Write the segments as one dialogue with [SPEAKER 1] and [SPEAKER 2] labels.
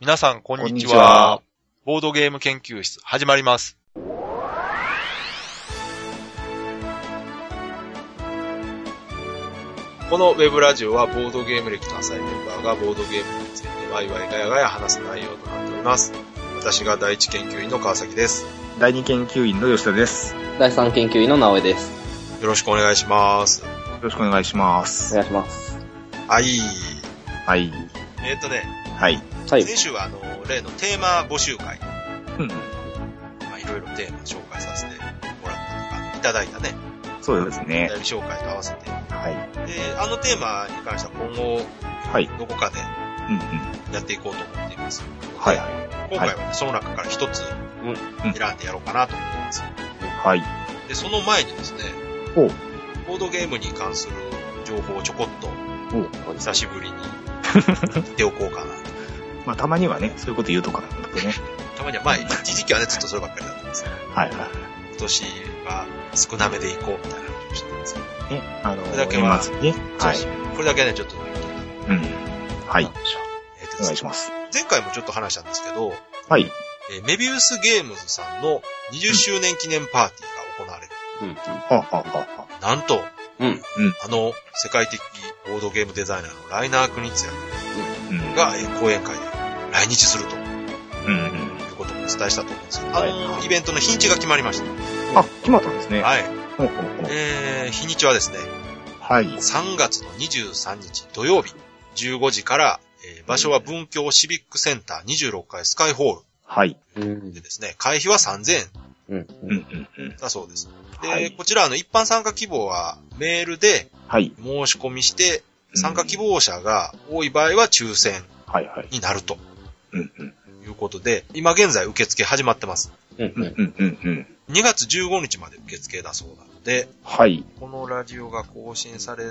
[SPEAKER 1] 皆さん、こんにちは。
[SPEAKER 2] こんにちは
[SPEAKER 1] ボードゲーム研究室、始まります。このウェブラジオは、ボードゲーム歴の浅いメンバーが、ボードゲームについてワイワイガヤガヤ話す内容となっております。私が第一研究員の川崎です。
[SPEAKER 2] 第二研究員の吉田です。よ
[SPEAKER 3] 第三研究員の直江です。
[SPEAKER 1] よろしくお願いします。
[SPEAKER 2] ろしくお願いしま
[SPEAKER 3] お
[SPEAKER 2] す。
[SPEAKER 3] 願いします。
[SPEAKER 1] はい。
[SPEAKER 2] はい。
[SPEAKER 1] えっ、とね、
[SPEAKER 2] はい。
[SPEAKER 3] はい。
[SPEAKER 1] 先週は、あの、例のテーマ募集会、
[SPEAKER 2] うん。
[SPEAKER 1] まあ、いろいろテーマ紹介させてもらったとか、いただいたね、
[SPEAKER 2] そうです
[SPEAKER 1] お
[SPEAKER 2] ね
[SPEAKER 1] 便。り紹介と合わせて、
[SPEAKER 2] はい。
[SPEAKER 1] で、あのテーマに関しては今後、
[SPEAKER 2] はい。
[SPEAKER 1] どこかで
[SPEAKER 2] うんうん。
[SPEAKER 1] やっていこうと思っています。
[SPEAKER 2] はい。
[SPEAKER 1] 今回はね、その中から一つ
[SPEAKER 2] うん
[SPEAKER 1] 選んでやろうかなと思ってます。
[SPEAKER 2] はい。
[SPEAKER 1] で、その前にですね、
[SPEAKER 2] ほう。
[SPEAKER 1] ボードゲームに関する情報をちょこっと
[SPEAKER 2] ほう。
[SPEAKER 1] 久しぶりに言っておこうかなと。
[SPEAKER 2] まあ、たまにはね、そういうこと言うとかなんだけどね。
[SPEAKER 1] たまには前、一時期はね、ずっとそればっかりだったんですけど、
[SPEAKER 2] はいはい。
[SPEAKER 1] 今年は少なめでいこうみたいな話をしてたんですけど、
[SPEAKER 2] ね、あの、
[SPEAKER 1] れだけは
[SPEAKER 2] 年末にね。はい。
[SPEAKER 1] これだけはね、ちょっと、
[SPEAKER 2] うん。はい。
[SPEAKER 1] えっと
[SPEAKER 2] お
[SPEAKER 1] です
[SPEAKER 2] 願
[SPEAKER 1] ね
[SPEAKER 2] いします。
[SPEAKER 1] 前回もちょっと話したんですけど、
[SPEAKER 2] はい。
[SPEAKER 1] えーメビウスゲームズさんの20周年記念パーティーが行われる。
[SPEAKER 3] うん。
[SPEAKER 2] ははは
[SPEAKER 1] なんと、
[SPEAKER 3] うん。
[SPEAKER 1] あの世界的ボードゲームデザイナーのライナー・クニッツェ
[SPEAKER 2] うん。
[SPEAKER 1] ンが、えー講演会で来日するとい
[SPEAKER 2] うんうん。
[SPEAKER 1] うことをお伝えしたと思うんですけど、あ
[SPEAKER 2] はい
[SPEAKER 1] のイベントの日にちが決まりました。
[SPEAKER 2] あ、決まったんですね。
[SPEAKER 1] はい。
[SPEAKER 2] ほうほうほう
[SPEAKER 1] えー、日にちはですね、
[SPEAKER 2] はい。
[SPEAKER 1] 3月の23日土曜日15時から、えー場所は文京シビックセンター26階スカイホー
[SPEAKER 2] はい。
[SPEAKER 3] うん
[SPEAKER 1] ルで。ですね、会費は3000円
[SPEAKER 3] うん。
[SPEAKER 2] うんうんうん。
[SPEAKER 1] だそうです。で、
[SPEAKER 2] はい
[SPEAKER 1] こちらあの一般参加希望はメールで
[SPEAKER 2] はい。
[SPEAKER 1] 申し込みして、参加希望者が多い場合は抽選
[SPEAKER 2] はいはい。
[SPEAKER 1] になると
[SPEAKER 2] うんうん。
[SPEAKER 1] いうことで、今現在受付始まってます。
[SPEAKER 3] うん。
[SPEAKER 2] う
[SPEAKER 3] うんん。
[SPEAKER 2] うんうんうん。
[SPEAKER 1] 2月15日まで受付だそうなので、
[SPEAKER 2] はい。
[SPEAKER 1] このラジオが更新され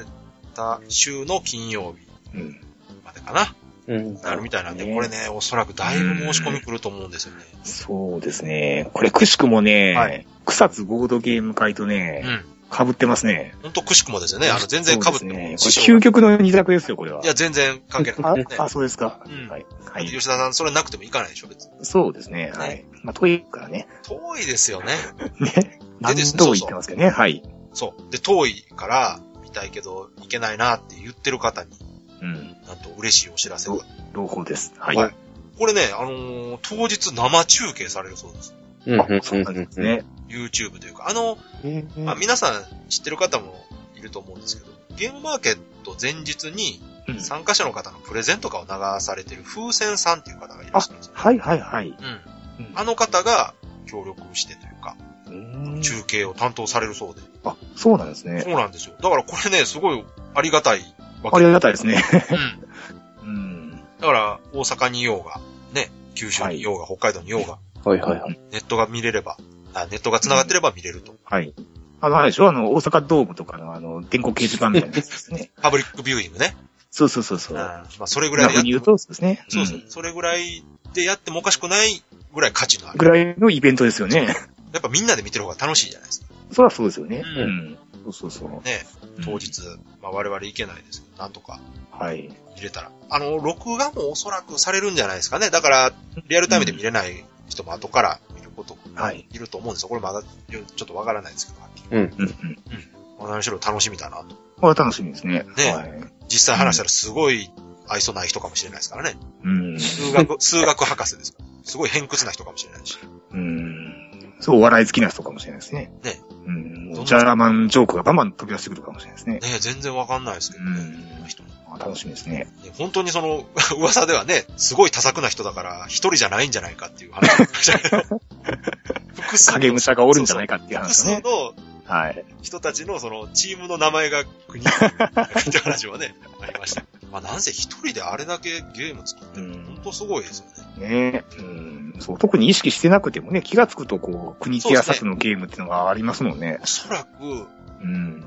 [SPEAKER 1] た週の金曜日
[SPEAKER 2] うん。
[SPEAKER 1] までかな、
[SPEAKER 3] うん。
[SPEAKER 1] なるみたいなんで、
[SPEAKER 2] ね
[SPEAKER 1] これね、おそらくだいぶ申し込み来ると思うんですよね。
[SPEAKER 2] そうですね。これ、くしくもね、
[SPEAKER 1] はい
[SPEAKER 2] 草津ボードゲーム会とね、
[SPEAKER 1] う
[SPEAKER 2] 被ってますね。
[SPEAKER 1] ん。ほんとくしくもですよね。あの、全然被って
[SPEAKER 2] そうですね
[SPEAKER 1] も。
[SPEAKER 2] これ、究極の二択ですよ、これは。
[SPEAKER 1] いや、全然関係ない、
[SPEAKER 2] あ
[SPEAKER 1] ね。
[SPEAKER 2] あ、そうですか。
[SPEAKER 1] うん
[SPEAKER 2] はい。は
[SPEAKER 1] だって
[SPEAKER 2] い。
[SPEAKER 1] 吉田さん、それなくてもいかないでしょ、別に。
[SPEAKER 2] そうですね。はい。まあ、遠いからね。
[SPEAKER 1] 遠いですよね。
[SPEAKER 2] ね。
[SPEAKER 1] で
[SPEAKER 2] 何
[SPEAKER 1] ですね
[SPEAKER 2] 度も言ってますけどね。はい。
[SPEAKER 1] そう。で、遠いから、見たいけど、行けないなって言ってる方に、
[SPEAKER 2] うん。
[SPEAKER 1] なんと嬉しいお知らせが。
[SPEAKER 2] 朗報です。はい。
[SPEAKER 1] はいこれね、あのー当日生中継されるそうです。
[SPEAKER 3] うん。
[SPEAKER 2] あ、そうなんですね。
[SPEAKER 1] YouTube というか、あの、
[SPEAKER 3] うん。
[SPEAKER 1] まあ、皆さん知ってる方もいると思うんですけど、ゲームマーケット前日に
[SPEAKER 2] うん
[SPEAKER 1] 参加者の方のプレゼントが流されてる風船さんっていう方がいらっしゃるんですよ。
[SPEAKER 2] はいはいはい。
[SPEAKER 1] うん。
[SPEAKER 2] うん
[SPEAKER 1] あの方が協力してというか、
[SPEAKER 2] うーん
[SPEAKER 1] 中継を担当されるそうで。
[SPEAKER 2] あ、そうなんですね
[SPEAKER 1] そ。うなんですよ。だからこれね、すごいありがたいわ
[SPEAKER 2] あ
[SPEAKER 1] け
[SPEAKER 2] りがたいですね。
[SPEAKER 1] うん。
[SPEAKER 2] うん。
[SPEAKER 1] だから、大阪にいようが、ね、九州にいようが、北海道にいようが、
[SPEAKER 3] はいはいはい。
[SPEAKER 1] ネットが見れれば、あネットが繋がってれば見れると。
[SPEAKER 2] はい。あの、あれでしょあの、大阪ドームとかの、あの、電光掲示板みたいなやつですね。
[SPEAKER 1] パブリックビューイングね。
[SPEAKER 2] そうそうそうそう。
[SPEAKER 1] まあ、それぐ
[SPEAKER 2] ぐ
[SPEAKER 1] ら
[SPEAKER 2] ら
[SPEAKER 1] い
[SPEAKER 2] い
[SPEAKER 1] でやって
[SPEAKER 2] 言う
[SPEAKER 1] も、
[SPEAKER 2] と、そうですね。
[SPEAKER 1] そうそう、それぐらいでやってもおかしくないぐらい価値のあ
[SPEAKER 2] うん
[SPEAKER 1] る。
[SPEAKER 2] ぐらいのイベントですよね。
[SPEAKER 1] やっぱみんなで見てる方が楽しいじゃないですか。
[SPEAKER 2] そりゃそうですよね。
[SPEAKER 1] う
[SPEAKER 2] うん。そうそうそう。
[SPEAKER 1] ね、
[SPEAKER 2] うん
[SPEAKER 1] 当。日、まあ我々行けないですけど、なんとか
[SPEAKER 2] はい。
[SPEAKER 1] 見れたら。あの、録画もおそらくされるんじゃないですかね。だから、リアルタイムで見れない人も後から見ること、
[SPEAKER 2] はい。
[SPEAKER 1] いると思うんですよ。これまだ、ちょっとわからないですけど、はっきり
[SPEAKER 3] うん。
[SPEAKER 2] うんうん。
[SPEAKER 1] まあ何しろ楽しみだなと。
[SPEAKER 2] これは楽しみですね。
[SPEAKER 1] ね
[SPEAKER 2] はい。
[SPEAKER 1] 実際話したらすごい愛想ない人かもしれないですからね。
[SPEAKER 2] うん。
[SPEAKER 1] 数学、数学博士ですから。すごい偏屈な人かもしれないし。
[SPEAKER 2] うん。そう、お笑い好きな人かもしれないですね。
[SPEAKER 1] ね
[SPEAKER 2] うん
[SPEAKER 1] どん。な
[SPEAKER 2] ジャーマンジョークがバンバン飛び出してくるかもしれないですね。
[SPEAKER 1] ね全然わかんないですけどね。
[SPEAKER 2] うん
[SPEAKER 1] この人もね
[SPEAKER 2] あ楽しみですね。
[SPEAKER 1] 本当にその、 噂ではね、すごい多作な人だから、一人じゃないんじゃないかっていう話もありましたけ ど複数の
[SPEAKER 2] 影武者がおるんじゃないかっていう
[SPEAKER 1] 複
[SPEAKER 2] 話
[SPEAKER 1] 数
[SPEAKER 2] ね。
[SPEAKER 1] の
[SPEAKER 2] はい。
[SPEAKER 1] 人たちのその、チームの名前が国って話もね、ありました。まあなんせ一人であれだけゲーム作ってるの
[SPEAKER 2] うん
[SPEAKER 1] 本当すごいですよね。
[SPEAKER 2] ねうん。そう、特に意識してなくてもね、気がつくとこう、国木屋作のゲームっていうのがありますもんね。
[SPEAKER 1] おそらく、も
[SPEAKER 2] うん。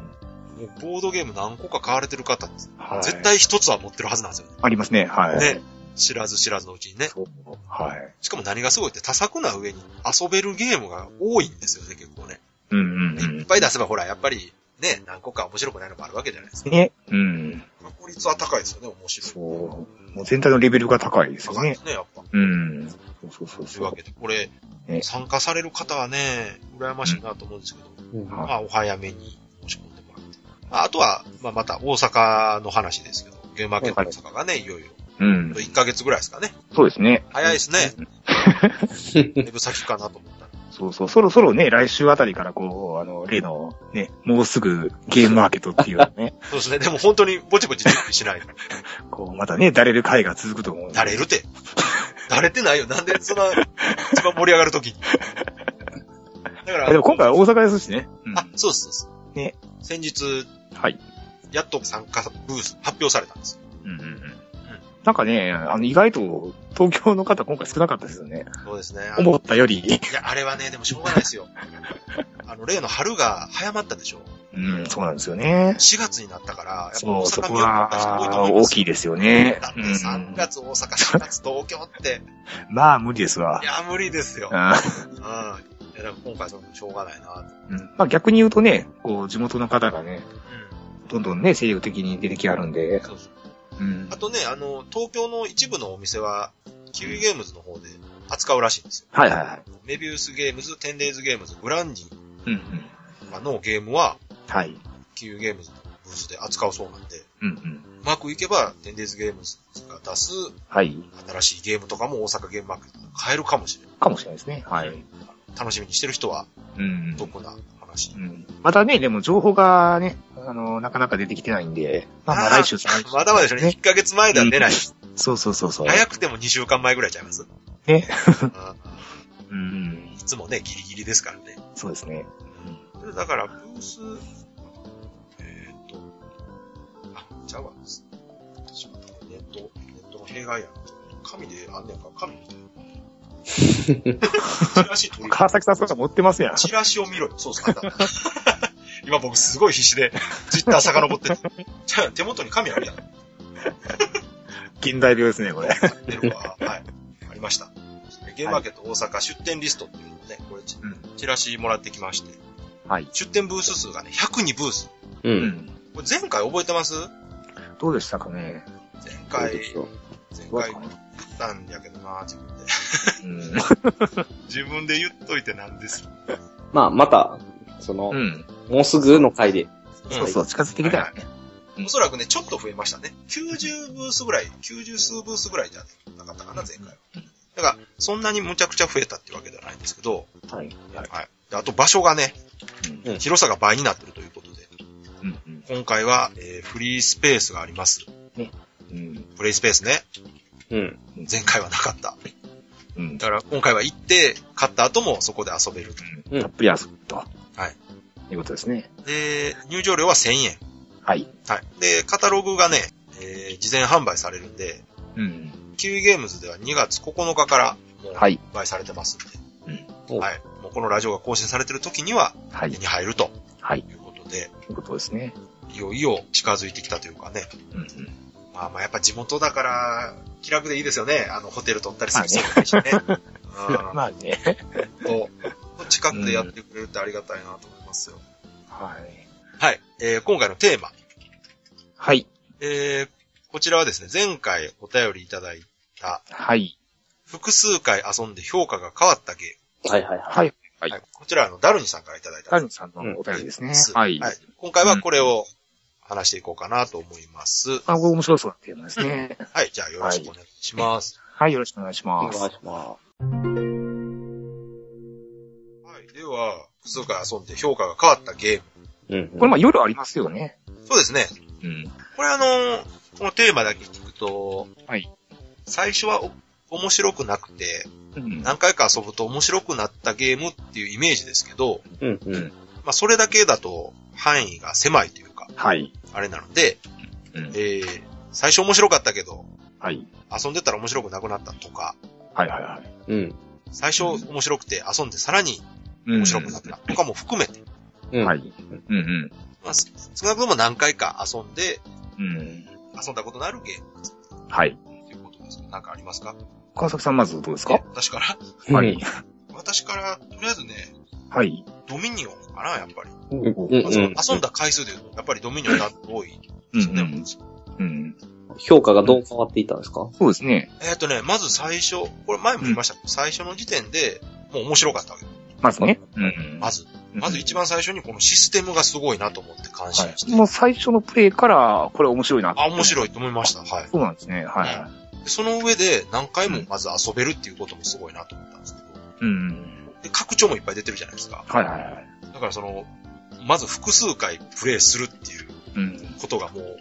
[SPEAKER 1] うボードゲーム何個か買われてる方って、
[SPEAKER 2] はい。
[SPEAKER 1] 絶対一つは持ってるはずなんですよね。
[SPEAKER 2] ありますね。はい。
[SPEAKER 1] ね。知らず知らずのうちにね。
[SPEAKER 2] そう。はい。
[SPEAKER 1] しかも何がすごいって多作な上に遊べるゲームが多いんですよね、結構ね。
[SPEAKER 2] うんう
[SPEAKER 1] いっ
[SPEAKER 2] ん
[SPEAKER 1] ぱい出せばほら、やっぱりね、何個か面白くないのもあるわけじゃないです
[SPEAKER 2] う
[SPEAKER 1] か
[SPEAKER 2] ん。。ね。うん。
[SPEAKER 1] 確率は高いですよね、面白い。
[SPEAKER 2] そう。もう全体のレベルが高いですよ
[SPEAKER 1] 高いで
[SPEAKER 2] ね。
[SPEAKER 1] すね、やっぱ。
[SPEAKER 2] うん。そうそうそう
[SPEAKER 1] という
[SPEAKER 2] そ
[SPEAKER 1] わ
[SPEAKER 2] う
[SPEAKER 1] け。で、これ
[SPEAKER 2] ね、
[SPEAKER 1] 参加される方はね、羨ましいなと思うんですけど、
[SPEAKER 2] はい
[SPEAKER 1] まあ、お早めに申し込んでもらって。まあ、あとは、まあ、また大阪の話ですけど、ゲームマーケット大阪がね、いよいよ、
[SPEAKER 2] うん。
[SPEAKER 1] 1ヶ月ぐらいですかね。
[SPEAKER 2] そうですね。
[SPEAKER 1] 早いですね。だいぶ先かなと思ったら。
[SPEAKER 2] そうそう。そろそろね、来週あたりからこう、あの、例の、ね、もうすぐゲームマーケットっていうのね、
[SPEAKER 1] そうですね。でも本当にぼちぼち準備しないと。
[SPEAKER 2] こう、またね、だれる回が続くと思うんで。
[SPEAKER 1] 慣れるって。慣れてないよ。なんでそんな、一番盛り上がるときに。だか
[SPEAKER 2] あで
[SPEAKER 1] ら
[SPEAKER 2] も、今回は大阪ですしね。うん
[SPEAKER 1] あ、そうです、そうです。
[SPEAKER 2] ね。
[SPEAKER 1] 先日、
[SPEAKER 2] はい。
[SPEAKER 1] やっと参加ブース発表されたんですよ。
[SPEAKER 2] うんうんうん。なんかね、あの、意外と東京の方今回少なかったですよね。
[SPEAKER 1] そうですね。あの
[SPEAKER 2] 思ったより。
[SPEAKER 1] いや、あれはね、でもしょうがないですよ。あの、例の春が早まったでしょ。
[SPEAKER 2] うん、そうなんですよね。
[SPEAKER 1] 4月になったから、やっぱ
[SPEAKER 2] そ
[SPEAKER 1] 大
[SPEAKER 2] う、そ
[SPEAKER 1] 阪
[SPEAKER 2] こ
[SPEAKER 1] 見よった人多いと
[SPEAKER 2] は
[SPEAKER 1] 思いま
[SPEAKER 2] 大
[SPEAKER 1] す。
[SPEAKER 2] きいですよね
[SPEAKER 1] だっ。て
[SPEAKER 2] うん
[SPEAKER 1] 3月大阪、4月東京って、
[SPEAKER 2] まあ、無理ですわ
[SPEAKER 1] い。や、無理ですよ。
[SPEAKER 2] あ
[SPEAKER 1] うん。いや、だから今回そのしょうがないなと。
[SPEAKER 2] ーうんまあ、逆に言うとね、こう、地元の方がね、
[SPEAKER 1] う
[SPEAKER 2] どんどんね、精力的に出てきはるんで
[SPEAKER 1] ん。、そうそう。
[SPEAKER 2] うん
[SPEAKER 1] あ。とね、あの、東京の一部のお店は、キウイゲームズの方で扱うらしいんですよ。
[SPEAKER 2] はいはいはい。
[SPEAKER 1] メビウスゲームズ、テンデイズゲームズ、グランディ
[SPEAKER 2] うんうん。
[SPEAKER 1] のゲームは、
[SPEAKER 2] はい。
[SPEAKER 1] キウイゲームズのブースで扱うそうなんで、
[SPEAKER 2] うんうん。
[SPEAKER 1] うまくいけば、テンデイズゲームズが出す
[SPEAKER 2] はい。
[SPEAKER 1] 新しいゲームとかも大阪ゲームマーケットで買えるかもしれない。
[SPEAKER 2] かもしれないですね。はい。
[SPEAKER 1] 楽しみにしてる人は、
[SPEAKER 2] うん
[SPEAKER 1] どこな話。
[SPEAKER 2] うん。またね、でも情報がね、あの、なかなか出てきてないんで、まあまあ来週、再来週
[SPEAKER 1] まだまだですね。1ヶ月前では出ない。
[SPEAKER 2] そうそうそうそう。
[SPEAKER 1] 早くても2週間前ぐらいちゃいます
[SPEAKER 2] ね。
[SPEAKER 1] うん
[SPEAKER 2] うん。
[SPEAKER 1] いつもね、ギリギリですからね。
[SPEAKER 2] そうですね。
[SPEAKER 1] だから、ブース、えーっと、あ、ちゃうわ。ちょっと待ってネット、ネットの弊害や。紙であんねやんか、紙みたいな。チラシ取り
[SPEAKER 2] 川崎さんそんな持ってますやん。
[SPEAKER 1] チラシを見ろよ。そうっすか。あんた 今僕すごい必死で、ツイッター遡ってて。じゃあ手元に紙あるやん。
[SPEAKER 2] 近代病ですね、これ。
[SPEAKER 1] 出るわ。はい。ありました。ゲームマーケット大阪出店リストっていうのをね、これチ
[SPEAKER 2] うん。
[SPEAKER 1] チラシもらってきまして、
[SPEAKER 2] はい。
[SPEAKER 1] 出店ブース数がね、102ブース。
[SPEAKER 3] う。
[SPEAKER 2] うんん。
[SPEAKER 1] これ前回覚えてます
[SPEAKER 2] どうでしたかね。
[SPEAKER 1] 前
[SPEAKER 3] どう
[SPEAKER 1] 回
[SPEAKER 3] で、しょう
[SPEAKER 1] 前回
[SPEAKER 2] わか
[SPEAKER 1] 言
[SPEAKER 2] んな
[SPEAKER 1] っ
[SPEAKER 2] い
[SPEAKER 1] たんやけどな、自分で。
[SPEAKER 2] うん。
[SPEAKER 1] 自分で言っといてなんですよ。
[SPEAKER 3] まあ、また、その、
[SPEAKER 2] うん。
[SPEAKER 3] もうすぐの回で。
[SPEAKER 2] そうそう、近づいてきたらね。
[SPEAKER 1] おそらくね、ちょっと増えましたね。90ブースぐらい、90数ブースぐらいじゃなかったかな、前回は。だから、そんなにむちゃくちゃ増えたってわけではないんですけど、
[SPEAKER 2] はい。はい。
[SPEAKER 1] はい。であと場所がね、
[SPEAKER 2] うん
[SPEAKER 3] うん
[SPEAKER 1] 広さが倍になってるということで、
[SPEAKER 2] うん。
[SPEAKER 1] 今回は、えーフリースペースがあります。
[SPEAKER 2] うん。
[SPEAKER 1] プレイスペースね。
[SPEAKER 3] うん。
[SPEAKER 1] 前回はなかった。
[SPEAKER 2] うん。
[SPEAKER 1] だから今回は行って、買った後もそこで遊べると。
[SPEAKER 3] うん
[SPEAKER 2] たっぷり遊ぶと。
[SPEAKER 1] はい。
[SPEAKER 2] いうことですね。
[SPEAKER 1] で、入場料は1000円。
[SPEAKER 2] はい。
[SPEAKER 1] はい。で、カタログがね、えー事前販売されるんで、
[SPEAKER 2] うん。
[SPEAKER 1] キウイゲームズでは2月9日からもう
[SPEAKER 2] は
[SPEAKER 1] 販
[SPEAKER 2] い。
[SPEAKER 1] 売されてますん
[SPEAKER 3] お
[SPEAKER 1] で、はい。もうこのラジオが更新されてる時には
[SPEAKER 2] は
[SPEAKER 1] 手
[SPEAKER 2] い。
[SPEAKER 1] に入ると
[SPEAKER 2] はい。
[SPEAKER 1] いうことで、
[SPEAKER 2] ということですね。
[SPEAKER 1] いよいよ近づいてきたというかね。
[SPEAKER 2] うんうん。
[SPEAKER 1] まあまあやっぱ地元だから気楽でいいですよね。あのホテル取ったりす
[SPEAKER 2] まあ
[SPEAKER 1] る
[SPEAKER 2] ね
[SPEAKER 1] 人もいるし ね。うん
[SPEAKER 2] まあね。
[SPEAKER 1] と、近くでやってくれるってありがたいなと思いますよ。
[SPEAKER 2] はい。
[SPEAKER 1] はい。えー今回のテーマ。
[SPEAKER 2] はい。
[SPEAKER 1] えーこちらはですね、前回お便りいただいた、
[SPEAKER 2] はい。
[SPEAKER 1] 複数回遊んで評価が変わったゲー
[SPEAKER 3] はいはいは
[SPEAKER 2] はい。
[SPEAKER 1] ム。。
[SPEAKER 3] はい
[SPEAKER 1] こちらはあの、ダルニさんからいただいた
[SPEAKER 2] カルンさんのお便りですね。はい。
[SPEAKER 1] はい。今回はこれを話していこうかなと思います。
[SPEAKER 2] あ、これ面白そうなテーマですね。
[SPEAKER 1] はい。じゃあよろしくお願いします。
[SPEAKER 2] はい。よろしくお願いし
[SPEAKER 3] い。お
[SPEAKER 2] ま
[SPEAKER 3] 願い
[SPEAKER 2] す。
[SPEAKER 3] しま
[SPEAKER 1] はい。では、複数回遊んで評価が変わったゲー
[SPEAKER 3] す。うん。
[SPEAKER 2] これまあ夜ありますよね。
[SPEAKER 1] ム。そうですね。
[SPEAKER 2] うん。
[SPEAKER 1] これあの、このテーマだけ聞くと、
[SPEAKER 2] はい。
[SPEAKER 1] 最初はお面白くなくて、
[SPEAKER 2] うん。
[SPEAKER 1] 何回か遊ぶと面白くなったゲームっていうイメージですけど、
[SPEAKER 3] うんうん。
[SPEAKER 1] まあそれだけだと範囲が狭いというか、
[SPEAKER 2] はい。
[SPEAKER 1] あれなので、
[SPEAKER 2] うん
[SPEAKER 1] えー、最初面白かったけど、
[SPEAKER 2] はい。
[SPEAKER 1] 遊んでたら面白くなくなったとか、
[SPEAKER 2] はいはいはい。
[SPEAKER 3] うん。
[SPEAKER 1] 最初面白くて遊んでさらに面白くなったとかも含めて、
[SPEAKER 3] うん。。
[SPEAKER 2] はいい。うんうん。
[SPEAKER 1] まあす少なくとも何回か遊んで、
[SPEAKER 2] うん。
[SPEAKER 1] 遊んだことのあるゲーム
[SPEAKER 2] はい。
[SPEAKER 1] っていうことですけど、なんかありますか
[SPEAKER 2] 川崎さんまずどうです
[SPEAKER 1] え
[SPEAKER 2] か
[SPEAKER 1] 私から
[SPEAKER 2] はい。。
[SPEAKER 1] 私から、とりあえずね、
[SPEAKER 2] はい。
[SPEAKER 1] ドミニオンかな、やっぱり。
[SPEAKER 2] うん
[SPEAKER 3] うんうん。
[SPEAKER 1] 遊んだ回数で言うと、やっぱりドミニオンが多い。
[SPEAKER 2] う
[SPEAKER 1] ですよね
[SPEAKER 2] んうん。
[SPEAKER 3] 評価がどう変わっていったんですか
[SPEAKER 2] そうですね。
[SPEAKER 1] えっとね、まず最初、これ前も言いましたけど、最初の時点で、もう面白かったわけ。
[SPEAKER 2] まずね。うん
[SPEAKER 1] まず、まず一番最初にこのシステムがすごいなと思って感心して。
[SPEAKER 2] もう最初のプレイから、これ面白いな
[SPEAKER 1] あ、面
[SPEAKER 2] い。
[SPEAKER 1] 白いと思いました。はい。
[SPEAKER 2] そうなんですね。は
[SPEAKER 1] でその上で何回もまず遊べるっていうこともすごいなと思ったんですけど。
[SPEAKER 2] い。うん。
[SPEAKER 1] で、拡張もいっぱい出てるじゃないですか。
[SPEAKER 2] はいはいはい。
[SPEAKER 1] だからその、まず複数回プレイするっていう
[SPEAKER 2] うん。
[SPEAKER 1] ことがもう、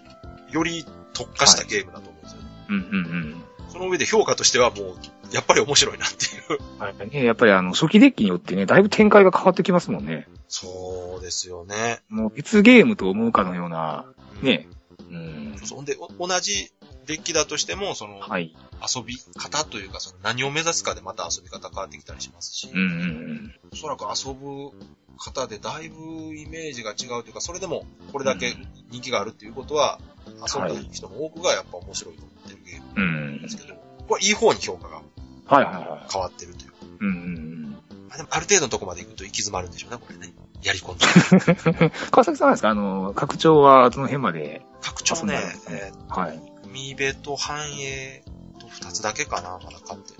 [SPEAKER 1] より特化したゲームだと思うんですよね。
[SPEAKER 2] うんうん
[SPEAKER 1] その上で評価としてはもう、やっぱり面白いなっていう。
[SPEAKER 2] うん。あれね、やっぱりあの、初期デッキによってね、だいぶ展開が変わってきますもんね。
[SPEAKER 1] そうですよね。
[SPEAKER 2] もう別ゲームと思うかのような、ねうん
[SPEAKER 1] うん。そうそうほんで、お同じデッキだとしても、その、
[SPEAKER 2] はい。
[SPEAKER 1] 遊び方というか、その何を目指すかでまた遊び方変わってきたりしますし、
[SPEAKER 2] うんうん
[SPEAKER 1] おそらく遊ぶ方でだいぶイメージが違うというか、それでもこれだけ人気があるっていうことは、遊んでる人も多くがやっぱ面白いと思ってるゲーム
[SPEAKER 2] うん。う
[SPEAKER 1] なん
[SPEAKER 2] ん
[SPEAKER 1] です。けど、これいい方に評価が
[SPEAKER 2] はいはいはい。
[SPEAKER 1] 変わってるという。
[SPEAKER 2] うんうん
[SPEAKER 1] まあ、でもある程度のとこまで行くと行き詰まるんでしょうね、これね。やり込 んで。
[SPEAKER 2] うん。川崎さんはですかあの、拡張はどの辺まで
[SPEAKER 1] 拡張ね
[SPEAKER 2] あそうなんで、すね
[SPEAKER 1] え
[SPEAKER 2] はい。
[SPEAKER 1] ー、ミーベと繁栄と二つだけかな、まだ買って。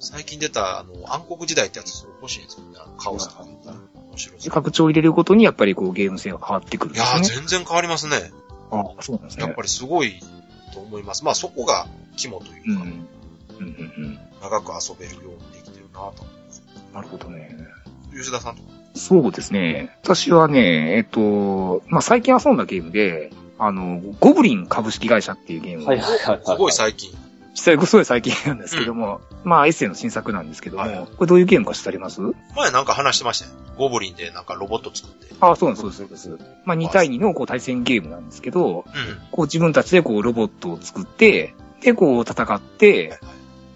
[SPEAKER 1] 最近出た、あの、暗黒時代ってやつすごい欲しいんですよね。あのカオスとか。面白そう。
[SPEAKER 2] 拡張を入れることに、やっぱりこう、ゲーム性が変わってくる
[SPEAKER 1] い
[SPEAKER 2] んで
[SPEAKER 1] や
[SPEAKER 2] す
[SPEAKER 1] ー、
[SPEAKER 2] ね。
[SPEAKER 1] 全然変わりますね。
[SPEAKER 2] ああ、そうなんです
[SPEAKER 1] やっ
[SPEAKER 2] ね。
[SPEAKER 1] ぱりすごいと思います。まあそこが肝といううか、
[SPEAKER 2] ん。うんうん
[SPEAKER 1] 長く遊べるようにできてるなと。
[SPEAKER 2] うん。なるほどね。
[SPEAKER 1] 吉田さんとか。
[SPEAKER 2] そうですね。私はね、えっと、まあ、最近遊んだゲームで、あの、ゴブリン株式会社っていうゲーム。
[SPEAKER 3] はいはいはい。
[SPEAKER 1] すごい最近。
[SPEAKER 2] 実際、すごい最近なんですけども、まあ、エッセイの新作なんですけども、
[SPEAKER 1] はい
[SPEAKER 2] これどういうゲームか知ってあります
[SPEAKER 1] 前なんか話してましたよ。ゴブリンでなんかロボット作って。
[SPEAKER 2] ああ、そうなんです、そうです、そうです。まあ、2対2のこう対戦ゲームなんですけど、
[SPEAKER 1] うん。
[SPEAKER 2] こう自分たちでこうロボットを作って、で、こう戦って、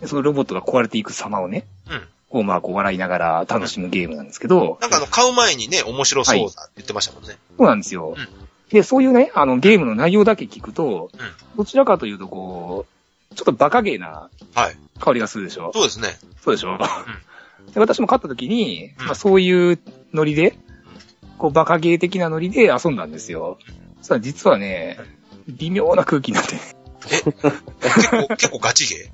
[SPEAKER 2] でそのロボットが壊れていく様をね、
[SPEAKER 1] うん
[SPEAKER 2] こうまあこう笑いながら楽しむゲームなんですけど、
[SPEAKER 1] なんかあの、買う前にね、面白そうだって言ってましたもんね。
[SPEAKER 2] そうなんですよ。
[SPEAKER 1] うん
[SPEAKER 2] で、そういうね、あのゲームの内容だけ聞くと、
[SPEAKER 1] う
[SPEAKER 2] どちらかというとこう、ちょっとバカゲーな
[SPEAKER 1] はい。
[SPEAKER 2] 香りがするでしょ
[SPEAKER 1] そうですね。
[SPEAKER 2] そうでしょ、で私も勝った時に、
[SPEAKER 1] うん
[SPEAKER 2] まあ、そういうノリで、こうバカゲー的なノリで遊んだんですよ。そしたら実はね、微妙な空気になって
[SPEAKER 1] 結 構、結構ガチゲ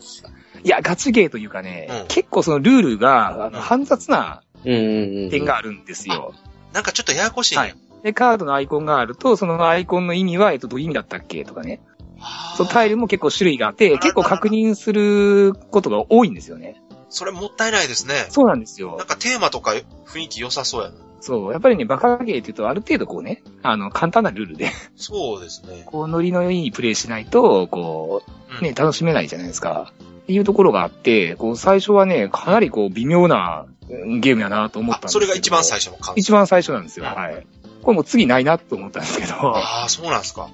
[SPEAKER 1] ー。
[SPEAKER 2] いや、ガチゲーというかね、
[SPEAKER 1] うん
[SPEAKER 2] 結構そのルールが、あの、
[SPEAKER 1] うん
[SPEAKER 2] 煩雑な
[SPEAKER 3] うんうんうん。
[SPEAKER 2] 点があるんですよ。
[SPEAKER 1] なんかちょっとややこしいね。
[SPEAKER 2] はいで、カードのアイコンがあると、そのアイコンの意味は、えっと、どういう意味だったっけとかね。
[SPEAKER 1] あー
[SPEAKER 2] そのタイルも結構種類があっ
[SPEAKER 1] あら
[SPEAKER 2] て、
[SPEAKER 1] ら
[SPEAKER 2] 結構確認することが多いんですよね。
[SPEAKER 1] それもったいないですね。
[SPEAKER 2] そうなんですよ
[SPEAKER 1] なん。かテーマとか雰囲気良さそうやな。
[SPEAKER 2] そう。やっぱりね、バカゲーって言うと、ある程度こうね、あの、簡単なルールで、
[SPEAKER 1] そうですね。
[SPEAKER 2] こう、ノリのいいプレイしないと、こ
[SPEAKER 1] うん
[SPEAKER 2] う、ね、楽しめないじゃないですか。っていうところがあって、こう、最初はね、かなりこう、微妙なうんゲームやなと思ったん
[SPEAKER 1] あ、
[SPEAKER 2] です
[SPEAKER 1] そ
[SPEAKER 2] けど
[SPEAKER 1] れが一番最初の感想。
[SPEAKER 2] 一番最初なんですよ。
[SPEAKER 1] うん
[SPEAKER 2] はい。これもう次ないなと思ったんですけど、は
[SPEAKER 1] ああ、そうなんですか。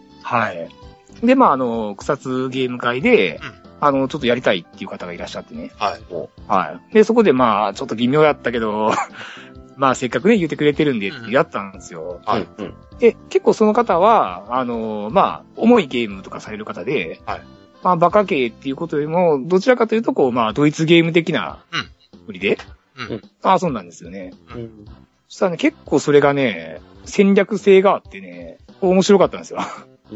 [SPEAKER 2] い。で、まあ、あの、草津ゲーム会で、
[SPEAKER 1] うん
[SPEAKER 2] あの、ちょっとやりたいっていう方がいらっしゃってね。
[SPEAKER 1] はい。
[SPEAKER 2] はい。で、そこでまあ、ちょっと微妙やったけど、 まあ、せっかくね、言ってくれてるんでってやったんですよ。
[SPEAKER 1] はい。
[SPEAKER 3] うんうん。
[SPEAKER 2] で、結構その方は、あの、まあ、重いゲームとかされる方で、
[SPEAKER 1] はい
[SPEAKER 2] まあ、バカ系っていうことよりも、どちらかというと、こう、まあ、ドイツゲーム的な売りで、
[SPEAKER 1] うん
[SPEAKER 2] まあ遊んだんですよね。
[SPEAKER 3] うん
[SPEAKER 2] そしたらね、結構それがね、戦略性があってね、面白かったんですよ。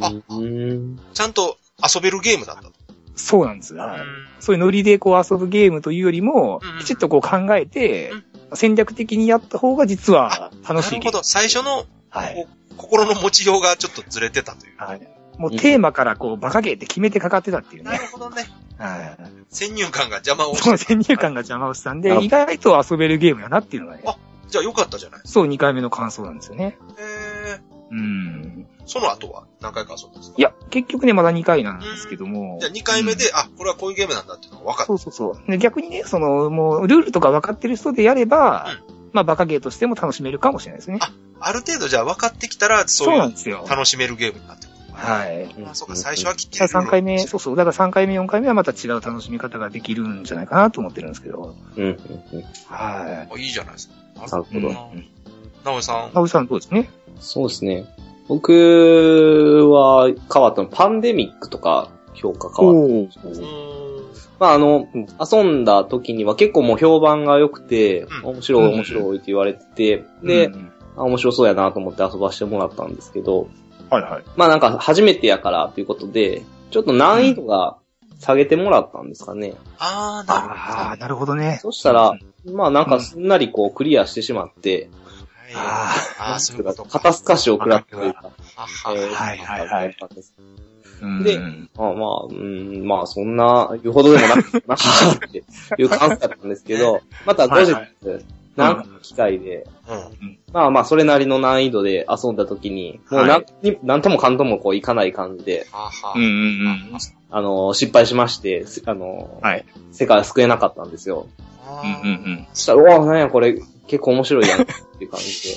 [SPEAKER 1] あ
[SPEAKER 3] うん
[SPEAKER 1] ちゃんと遊べるゲームだったと。
[SPEAKER 2] そうなんです。
[SPEAKER 1] う
[SPEAKER 2] はい
[SPEAKER 1] ん
[SPEAKER 2] そういうノリでこう遊ぶゲームというよりも
[SPEAKER 1] うんうん、
[SPEAKER 2] きちっとこう考えて、戦略的にやった方が実は楽
[SPEAKER 1] な
[SPEAKER 2] しい
[SPEAKER 1] るほ
[SPEAKER 2] ゲーム。
[SPEAKER 1] ど。最初の
[SPEAKER 2] はい。
[SPEAKER 1] こう心の持ちようがちょっとずれてたという。
[SPEAKER 2] はい。もうテーマからこう、バカゲーって決めてかかってたっていう
[SPEAKER 1] な
[SPEAKER 2] ね。
[SPEAKER 1] るほどね。
[SPEAKER 2] はい。
[SPEAKER 1] 先入観が邪魔を
[SPEAKER 2] その
[SPEAKER 1] して。
[SPEAKER 2] 先入観が邪魔をしたん
[SPEAKER 3] なる
[SPEAKER 2] で、
[SPEAKER 3] ほ
[SPEAKER 2] 意外と遊べるゲームやなっていうのがね
[SPEAKER 1] あ、じゃあよかったじゃないです
[SPEAKER 2] そう2回目の感想なんですよね。
[SPEAKER 1] か。えー、
[SPEAKER 2] うん。
[SPEAKER 1] その後は何回か遊んだんですか
[SPEAKER 2] いや、結局ね、まだ2回なんですけども。
[SPEAKER 1] じゃあ2回目で、あ、これはこういうゲームなんだっていうのが分かった。
[SPEAKER 2] そうそうそう。で逆にね、その、もう、ルールとか分かってる人でやれば、まあ、バカゲーとしても楽しめるかもしれないですね。
[SPEAKER 1] ある程度じゃあ分かってきたら、
[SPEAKER 2] そ
[SPEAKER 1] そううい
[SPEAKER 2] なん
[SPEAKER 1] う
[SPEAKER 2] ですよ。
[SPEAKER 1] 楽しめるゲームになってくる。
[SPEAKER 2] はい。
[SPEAKER 1] あ、そうか、最初はきっちり。
[SPEAKER 2] 3回目、
[SPEAKER 1] ルール
[SPEAKER 2] そうそう。だから3回目、4回目はまた違う楽しみ方ができるんじゃないかなと思ってるんですけど。
[SPEAKER 3] うんうんうん。
[SPEAKER 2] は
[SPEAKER 1] をあいいじゃないですか。
[SPEAKER 3] なる
[SPEAKER 2] い。
[SPEAKER 3] ほ
[SPEAKER 2] う
[SPEAKER 3] ど。
[SPEAKER 2] ん。
[SPEAKER 1] なおさん。
[SPEAKER 2] 青井さんどうですね。
[SPEAKER 3] そうですね。僕は変わったの、パンデミックとか評価変わっ
[SPEAKER 2] お
[SPEAKER 3] たんです
[SPEAKER 1] う
[SPEAKER 3] ね。
[SPEAKER 1] ーん
[SPEAKER 3] まああの、遊んだ時には結構もう評判が良くて、
[SPEAKER 1] うん
[SPEAKER 3] 面白い面白いって言われてて、
[SPEAKER 2] ー
[SPEAKER 3] で、
[SPEAKER 2] うん
[SPEAKER 3] あ面白そうやなと思って遊ばしてもらったんですけど、
[SPEAKER 2] はいはい。
[SPEAKER 3] まあなんか初めてやからということで、ちょっと難易度が下げてもらったんですかね。
[SPEAKER 1] あー、なるほど。
[SPEAKER 2] ああ、なるほどね。
[SPEAKER 3] そしたら、まあなんかすんなりこうクリアしてしまっ
[SPEAKER 1] は
[SPEAKER 3] て、
[SPEAKER 1] い
[SPEAKER 2] あ
[SPEAKER 1] あー、そういうことか。
[SPEAKER 3] 肩透かしを食らったというか、
[SPEAKER 1] あ
[SPEAKER 3] え
[SPEAKER 1] は
[SPEAKER 3] ー
[SPEAKER 2] はいはいはい。うん
[SPEAKER 3] で
[SPEAKER 2] うん
[SPEAKER 3] まあまあ、うん、まあそんな、言うほどでもなくなっていう感じだったんですけど、また後日
[SPEAKER 1] はい、
[SPEAKER 3] なんかの機会で、
[SPEAKER 1] うん。
[SPEAKER 3] まあまあそれなりの難易度で遊んだ時に、もう
[SPEAKER 2] は
[SPEAKER 3] ないんになんともかんともこういかない感じで、
[SPEAKER 1] あは
[SPEAKER 2] うんうんうん。
[SPEAKER 3] あの、失敗しまして、すあの、
[SPEAKER 2] はい。
[SPEAKER 3] 世界は救えなかったんですよ。
[SPEAKER 1] あ
[SPEAKER 2] うんうんうん。
[SPEAKER 3] そしたら、うわ、なんやこれ、結構面白いやんっていう感じで。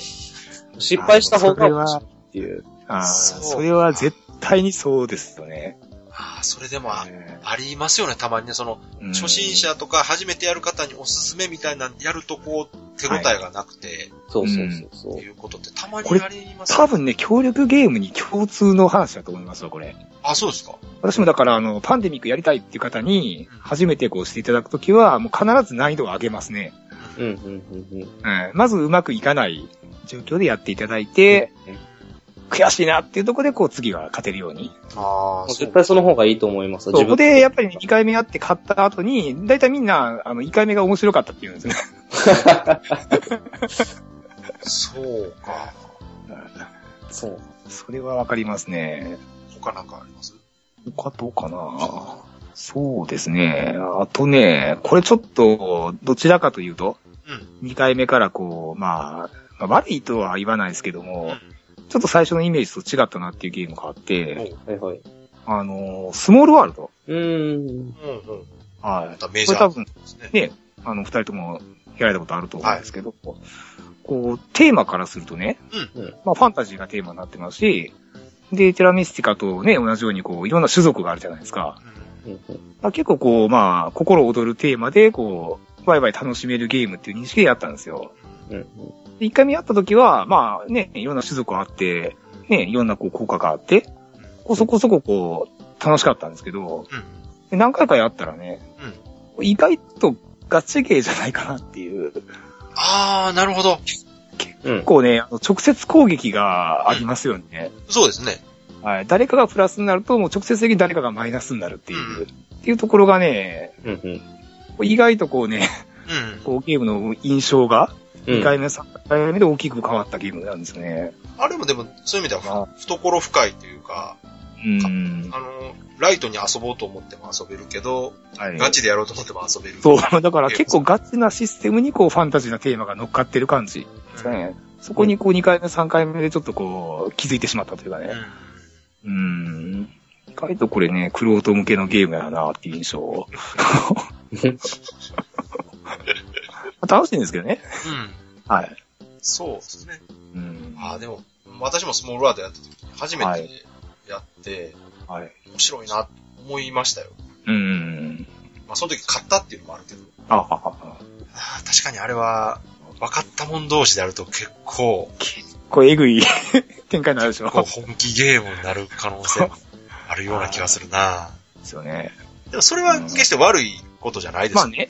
[SPEAKER 3] 失敗した
[SPEAKER 2] そ
[SPEAKER 3] 方
[SPEAKER 2] れ
[SPEAKER 3] が面白、
[SPEAKER 2] はい
[SPEAKER 3] っていう。
[SPEAKER 2] ああ、
[SPEAKER 1] そう
[SPEAKER 2] それは絶対にそうですよね。
[SPEAKER 1] あー、それでもあ、ありますよね、たまにね。その、
[SPEAKER 2] うん
[SPEAKER 1] 初心者とか初めてやる方におすすめみたいなのやるとこう、手応えがなくて、
[SPEAKER 3] そうそうそうそう。
[SPEAKER 1] っていうことってたまに
[SPEAKER 2] これ
[SPEAKER 1] あります
[SPEAKER 2] 多分ね、協力ゲームに共通の話だと思いますよ、これ。
[SPEAKER 1] あ、そうですか。
[SPEAKER 2] 私もだから、あの、パンデミックやりたいっていう方に
[SPEAKER 1] うん、
[SPEAKER 2] 初めてこうしていただくときは、もう必ず難易度を上げますね。
[SPEAKER 3] うん、うん、うん、うん。
[SPEAKER 2] うん。まずうまくいかない状況でやっていただいて、悔しいなっていうところで、こう次は勝てるように。
[SPEAKER 1] あ
[SPEAKER 3] もう
[SPEAKER 1] あ、そ
[SPEAKER 3] 絶
[SPEAKER 1] う。
[SPEAKER 3] 対その方がいいと思います。
[SPEAKER 2] そこで、やっぱり2回目やって勝った後に、だいたいみんな、あの、1回目が面白かったって言うんですね。
[SPEAKER 1] そうか。
[SPEAKER 3] そう。
[SPEAKER 2] それはわかりますね。
[SPEAKER 1] 他なんかあります
[SPEAKER 2] 他どうかなそうですね。あとね、これちょっと、どちらかというと、
[SPEAKER 1] うん。
[SPEAKER 2] 2回目からこう、まあ、まあ悪いとは言わないですけど
[SPEAKER 1] う
[SPEAKER 2] も
[SPEAKER 1] ん、
[SPEAKER 2] ちょっと最初のイメージと違ったなっていうゲームがあって、
[SPEAKER 3] はいはい。
[SPEAKER 2] あの、スモールワールド。
[SPEAKER 3] うー
[SPEAKER 1] うん
[SPEAKER 3] ん。
[SPEAKER 1] うん。
[SPEAKER 2] は
[SPEAKER 1] ま
[SPEAKER 2] い。
[SPEAKER 1] たメジ
[SPEAKER 2] これ
[SPEAKER 1] ャ
[SPEAKER 2] 多
[SPEAKER 1] ー
[SPEAKER 2] 分、
[SPEAKER 1] ですね。
[SPEAKER 2] ね、あの、二人ともやられたことあると思うんですけど、こう、テーマからするとね、
[SPEAKER 3] うんうん
[SPEAKER 2] まあ、ファンタジーがテーマになってますし、で、テラミスティカとね、同じようにこう、いろんな種族があるじゃないですか。
[SPEAKER 1] うん
[SPEAKER 3] うんうん
[SPEAKER 2] まあ、結構こう、まあ、心躍るテーマで、こう、ワイワイ楽しめるゲームっていう認識でやったんですよ。
[SPEAKER 3] うんうん。
[SPEAKER 2] で一回目やった時は、まあね、いろんな種族があって、ね、いろんなこう効果があって、こうそこそここう、楽しかったんですけど、
[SPEAKER 1] うん。
[SPEAKER 2] で何回かやったらね、意外とガチゲーじゃないかなっていう。
[SPEAKER 1] ああ、なるほど。
[SPEAKER 3] うん
[SPEAKER 2] 結。構ね、あの直接攻撃がありますよね。
[SPEAKER 1] そうですね。
[SPEAKER 2] はい。誰かがプラスになると、もう直接的に誰かがマイナスになるっていうう、っていうところがね、
[SPEAKER 3] うんうん。
[SPEAKER 2] 意外とこうね、
[SPEAKER 1] うん。
[SPEAKER 2] こうゲームの印象が、
[SPEAKER 3] うん
[SPEAKER 2] 2回目、3回目で大きく変わったゲームなんですよね。
[SPEAKER 1] あれもでも、そういう意味で
[SPEAKER 2] あ
[SPEAKER 1] は、懐深いというか、
[SPEAKER 2] うん。
[SPEAKER 1] あの、ライトに遊ぼうと思っても遊べるけど、
[SPEAKER 2] はい
[SPEAKER 1] ガチでやろうと思っても遊べる。
[SPEAKER 2] そう、 だから結構ガチなシステムにこうファンタジーなテーマが乗っかってる感じですかね。そこにこう2回目、3回目でちょっとこう気づいてしまったというか
[SPEAKER 1] う
[SPEAKER 2] ね。
[SPEAKER 1] ん。
[SPEAKER 2] うん。意外とこれね、クロート向けのゲームやなっていう印象。 楽しいんですけどね。
[SPEAKER 1] うん。
[SPEAKER 2] はい。
[SPEAKER 1] そうですね。
[SPEAKER 2] うん。
[SPEAKER 1] ああ、でも、私もスモールワールドやった時に初め
[SPEAKER 2] は
[SPEAKER 1] て
[SPEAKER 2] い
[SPEAKER 1] やって、
[SPEAKER 2] はい。
[SPEAKER 1] 面白いなと思いましたよ。
[SPEAKER 2] うん。
[SPEAKER 1] まあ、その時買ったっていうのもあるけど、
[SPEAKER 2] あはは。
[SPEAKER 1] ああ、確かにあれは、分かったもん同士でやると結構、
[SPEAKER 2] これえぐい 展開になるでしょ。
[SPEAKER 1] こう本気ゲームになる可能性もあるような気がするな。
[SPEAKER 2] ですよね。
[SPEAKER 1] でもそれは決して悪いことじゃないですよね。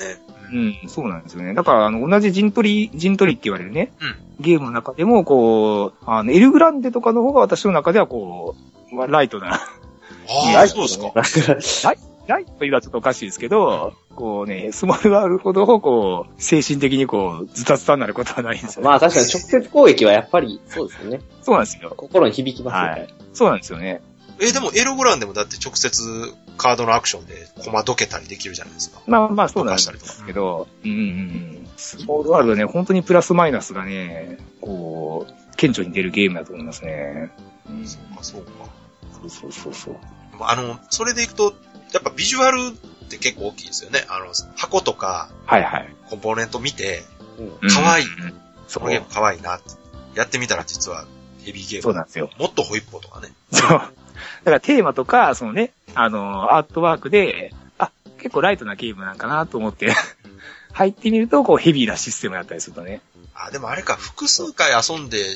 [SPEAKER 2] うん、そうなんですよね。だから、あの、同じ陣取り、陣取りって言われるね、
[SPEAKER 1] うん
[SPEAKER 2] ゲームの中でも、こう、あの、エルグランデとかの方が私の中では、こう、まあライトな、
[SPEAKER 1] あ あ、そうですか。
[SPEAKER 2] ライトと言うのはちょっとおかしいですけど、こうね、スモールワールほど、こう、精神的にこう、ズタズタになることはないんですよ、ね。
[SPEAKER 3] まあ確かに直接攻撃はやっぱり、そうですよね。
[SPEAKER 2] そうなんですよ。
[SPEAKER 3] 心に響きますよ
[SPEAKER 2] は
[SPEAKER 3] ね。
[SPEAKER 2] い。そうなんですよね。
[SPEAKER 1] え、でもエルグランでもだって直接カードのアクションでコマどけたりできるじゃないですか。
[SPEAKER 2] まあまあ、そうな
[SPEAKER 1] か
[SPEAKER 2] んで
[SPEAKER 1] した
[SPEAKER 2] す
[SPEAKER 1] りとか。
[SPEAKER 2] けど、うんうんうん。スモールワールドね、本当にプラスマイナスがね、こう、顕著に出るゲームだと思いますね。うんそ
[SPEAKER 1] そうか、そうか。
[SPEAKER 2] うそうそうそう。
[SPEAKER 1] でもあの、それでいくと、やっぱビジュアルって結構大きいですよね。あの、箱とか
[SPEAKER 2] はいはい。
[SPEAKER 1] コンポーネント見て、
[SPEAKER 3] うん
[SPEAKER 1] 可愛い
[SPEAKER 2] うん。そ
[SPEAKER 1] こ
[SPEAKER 2] う
[SPEAKER 1] のゲーム可愛いなって。やってみたら実はヘビーゲー
[SPEAKER 2] そう
[SPEAKER 1] ム。
[SPEAKER 2] なんですよ。
[SPEAKER 1] もっとホイップとかね。
[SPEAKER 2] そう。だからテーマとか、そのね、あの、アートワークで、あ、結構ライトなゲームなんかなと思って、 入ってみると、こうヘビーなシステムだったりするとね。
[SPEAKER 1] あ、でもあれか、複数回遊んで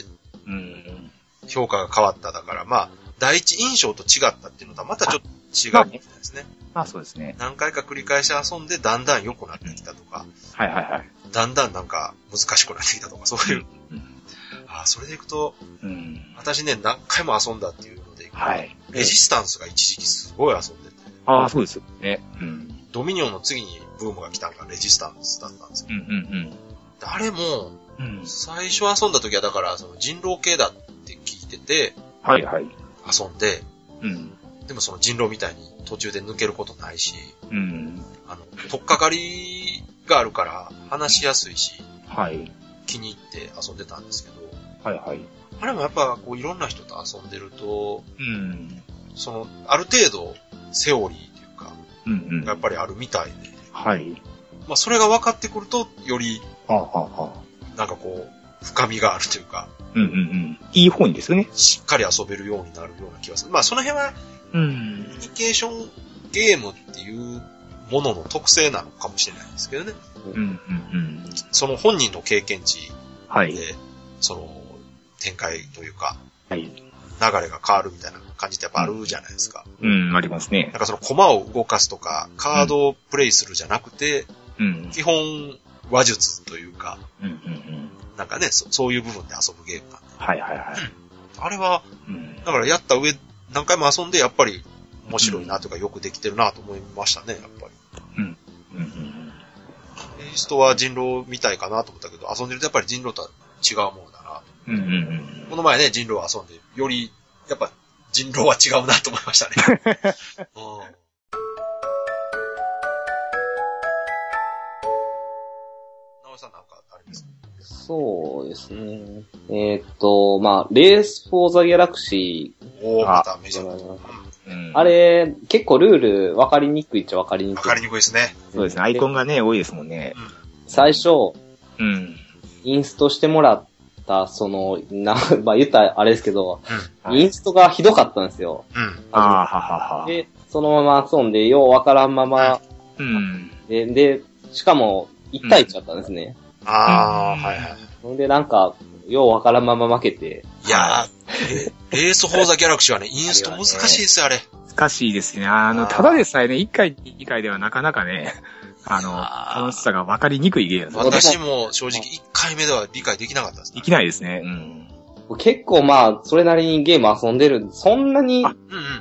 [SPEAKER 2] うん。
[SPEAKER 1] 評価が変わっただから、まあ、第一印象と違ったっていうのとはまたちょっと違うみたいですね。
[SPEAKER 2] まあそうですね。
[SPEAKER 1] 何回か繰り返し遊んで、だんだん良くなってきたとか、
[SPEAKER 2] はいはいはい。
[SPEAKER 1] だんだんなんか難しくなってきたとか、そういう。
[SPEAKER 2] うん
[SPEAKER 1] あ、それでいくと、
[SPEAKER 2] うん。
[SPEAKER 1] 私ね、何回も遊んだっていうので、
[SPEAKER 2] はい。
[SPEAKER 1] レジスタンスが一時期すごい遊んでて、
[SPEAKER 2] ああ、そうですよね。うん。
[SPEAKER 1] ドミニオンの次にブームが来たのがレジスタンスだったんですよ。
[SPEAKER 2] うんうん
[SPEAKER 1] 誰も、
[SPEAKER 2] うん。うん。
[SPEAKER 1] 最初遊んだ時はだから、その人狼系だって聞いてて、
[SPEAKER 2] はいはい。
[SPEAKER 1] 遊んで、
[SPEAKER 2] うん。
[SPEAKER 1] でもその人狼みたいに途中で抜けることないし、
[SPEAKER 2] うん。
[SPEAKER 1] あの、とっかかりがあるから話しやすいし、
[SPEAKER 2] はい。
[SPEAKER 1] 気に入って遊んでたんですけど、
[SPEAKER 2] はいはい。
[SPEAKER 1] あれもやっぱこういろんな人と遊んでると、
[SPEAKER 2] うん。
[SPEAKER 1] その、ある程度セオリーというか、
[SPEAKER 2] うんうん。
[SPEAKER 1] やっぱりあるみたいで、
[SPEAKER 2] はい。
[SPEAKER 1] まあそれが分かってくると、より
[SPEAKER 2] はあはあはあ。
[SPEAKER 1] なんかこう、深みがあるというか、
[SPEAKER 2] うんうんうん。いい方にですよね。
[SPEAKER 1] しっかり遊べるようになるような気がする。まあその辺は
[SPEAKER 2] うん
[SPEAKER 1] コミュニケーションゲームっていうものの特性なのかもしれないですけどね。
[SPEAKER 2] うんうんうん。
[SPEAKER 1] その本人の経験値
[SPEAKER 2] はい。
[SPEAKER 1] で、その展開というか、
[SPEAKER 2] はい。
[SPEAKER 1] 流れが変わるみたいな感じってやっぱあるじゃないですか。
[SPEAKER 2] うん、ありますね
[SPEAKER 1] な。んかその駒を動かすとか、カードをプレイするじゃなくて、
[SPEAKER 2] うん。
[SPEAKER 1] 基本話術というか、
[SPEAKER 2] うんうんうん。
[SPEAKER 1] なんかね、そそういう部分で遊ぶゲームなんで。
[SPEAKER 2] はいはいはい。
[SPEAKER 1] あれは、
[SPEAKER 2] うん
[SPEAKER 1] だからやった上、何回も遊んで、やっぱり面白いなというか、よくできてるなと思いましたね、やっぱり。
[SPEAKER 2] うんうん
[SPEAKER 1] イーストは人狼みたいかなと思ったけど、遊んでるとやっぱり人狼とは違うものだな。
[SPEAKER 2] うんうんうん
[SPEAKER 1] この前ね、人狼を遊んで、より、やっぱ人狼は違うなと思いました ね。うんなおさんなんかあります
[SPEAKER 3] そうですね。えーっと、まあ、レースフォーザギャラクシー
[SPEAKER 1] おお
[SPEAKER 2] あ
[SPEAKER 1] またメジャーな。うん
[SPEAKER 2] うん
[SPEAKER 3] あれ、結構ルール分かりにくいっちゃ分かりにく
[SPEAKER 1] わ
[SPEAKER 3] い。
[SPEAKER 1] かりにくいですね。
[SPEAKER 2] そうですね。アイコンがね、多いですもんね。
[SPEAKER 3] 最初、
[SPEAKER 2] うん。
[SPEAKER 3] インストしてもらった、その、な、まあ、言ったらあれですけど、
[SPEAKER 2] はい
[SPEAKER 3] インストがひどかったんですよ。
[SPEAKER 1] うん。
[SPEAKER 2] ああ、ははは。
[SPEAKER 3] で、そのまま遊んで、よう分からんまま、
[SPEAKER 2] うん。
[SPEAKER 3] で、で、しかも、1対1だったんですね。
[SPEAKER 1] ああ
[SPEAKER 2] う、ん
[SPEAKER 1] はいはい。
[SPEAKER 3] ほんで、なんか、よう分からんまま負けて、
[SPEAKER 1] いやー、レレース・フォー・ザ・ギャラクシーは ね、インスト難しいですよ、あれ。
[SPEAKER 2] 難しいですね。あの、
[SPEAKER 1] あー
[SPEAKER 2] ただでさえね、1回、2回ではなかなかね、
[SPEAKER 1] あ
[SPEAKER 2] あ
[SPEAKER 1] ー
[SPEAKER 2] の、楽しさが分かりにくいゲームです。
[SPEAKER 1] 私も正直1回目では理解できなかったですね。
[SPEAKER 2] できないですね。うん。
[SPEAKER 3] 結構まあ、それなりにゲーム遊んでる、そんなに
[SPEAKER 1] う
[SPEAKER 2] あ
[SPEAKER 1] ん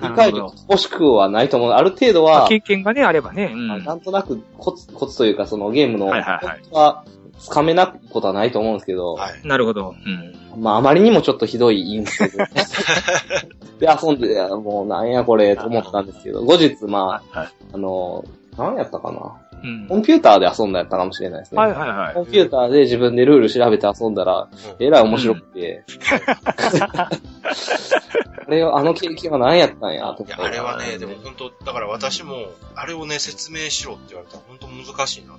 [SPEAKER 1] うん。
[SPEAKER 3] 理解力欲しくはないと思う。ある程度
[SPEAKER 2] まあ
[SPEAKER 3] は、
[SPEAKER 2] 経験がね、あればね。うん。
[SPEAKER 3] まあなんとなくコツ、コツというか、そのゲームの、
[SPEAKER 2] はいはいはい
[SPEAKER 3] コツはつかめなくことはないと思うんですけど、
[SPEAKER 1] はい。
[SPEAKER 2] なるほど。うん。
[SPEAKER 3] まあ、あまりにもちょっとひどいイン ストで、で遊んで、もうなんやこれと思ったんですけど、後日、ま
[SPEAKER 2] はい。
[SPEAKER 3] あ、あの、何やったかな。
[SPEAKER 2] うん。
[SPEAKER 3] コンピューターで遊んだやったかもしれないですね。
[SPEAKER 2] はいはいはい。
[SPEAKER 3] コンピューターで自分でルール調べて遊んだ
[SPEAKER 1] う
[SPEAKER 3] ら、
[SPEAKER 1] ん
[SPEAKER 3] えらい面白く て。あれを、あの経験は何やったんや、と思っ
[SPEAKER 1] い
[SPEAKER 3] て
[SPEAKER 1] や、あれはね、でも本当、だから私も、あれをね、説明しろって言われたら本当難しいな。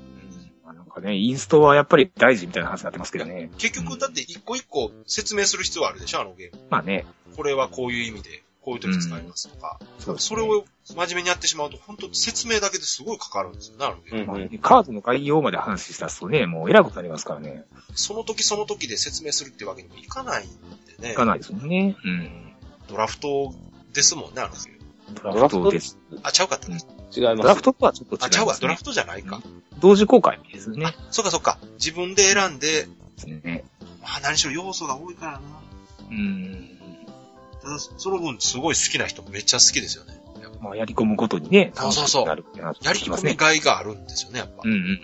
[SPEAKER 2] まあなんかね、インストはやっぱり大事みたいな話になってますけどね。
[SPEAKER 1] 結局、だって一個一個説明する必要あるでしょ、あのゲーム。
[SPEAKER 2] まあね。
[SPEAKER 1] これはこういう意味で、こういう時使いますとか。
[SPEAKER 2] そうです
[SPEAKER 1] そ
[SPEAKER 2] ね
[SPEAKER 1] れを真面目にやってしまうと、本当説明だけですごいかかるんですよね、あのゲーム。
[SPEAKER 3] うんうん
[SPEAKER 2] カードの概要まで話したすとね、もう偉くなりますからね。
[SPEAKER 1] その時その時で説明するってわけにもいかないんでね
[SPEAKER 2] い。かないですもんね。うん。
[SPEAKER 1] ドラフトですもんね、あのゲーム。
[SPEAKER 2] ドラフトです。
[SPEAKER 1] あ、ちゃうかった。
[SPEAKER 2] うん
[SPEAKER 3] 違い
[SPEAKER 2] ド
[SPEAKER 3] ま
[SPEAKER 2] ラ
[SPEAKER 3] す
[SPEAKER 2] フ。トとはちょっと違います、
[SPEAKER 1] あ、
[SPEAKER 2] ね。
[SPEAKER 1] ちゃうわ、ドラフトじゃないか。
[SPEAKER 2] 同時公開ですよね。
[SPEAKER 1] そっかそっか。自分で選んで、
[SPEAKER 2] ですね。
[SPEAKER 1] まあ何しろ要素が多いからな。
[SPEAKER 2] うん。
[SPEAKER 1] ただ、その分すごい好きな人もめっちゃ好きですよね。
[SPEAKER 2] まあ、やり込むことにね、
[SPEAKER 1] そうそうそう
[SPEAKER 2] 楽しくなるってな
[SPEAKER 1] や
[SPEAKER 2] っ
[SPEAKER 1] り
[SPEAKER 2] てきま
[SPEAKER 1] 込
[SPEAKER 2] す
[SPEAKER 1] み
[SPEAKER 2] ね。
[SPEAKER 1] がいがあるんですよね、やっぱ。
[SPEAKER 2] うんうん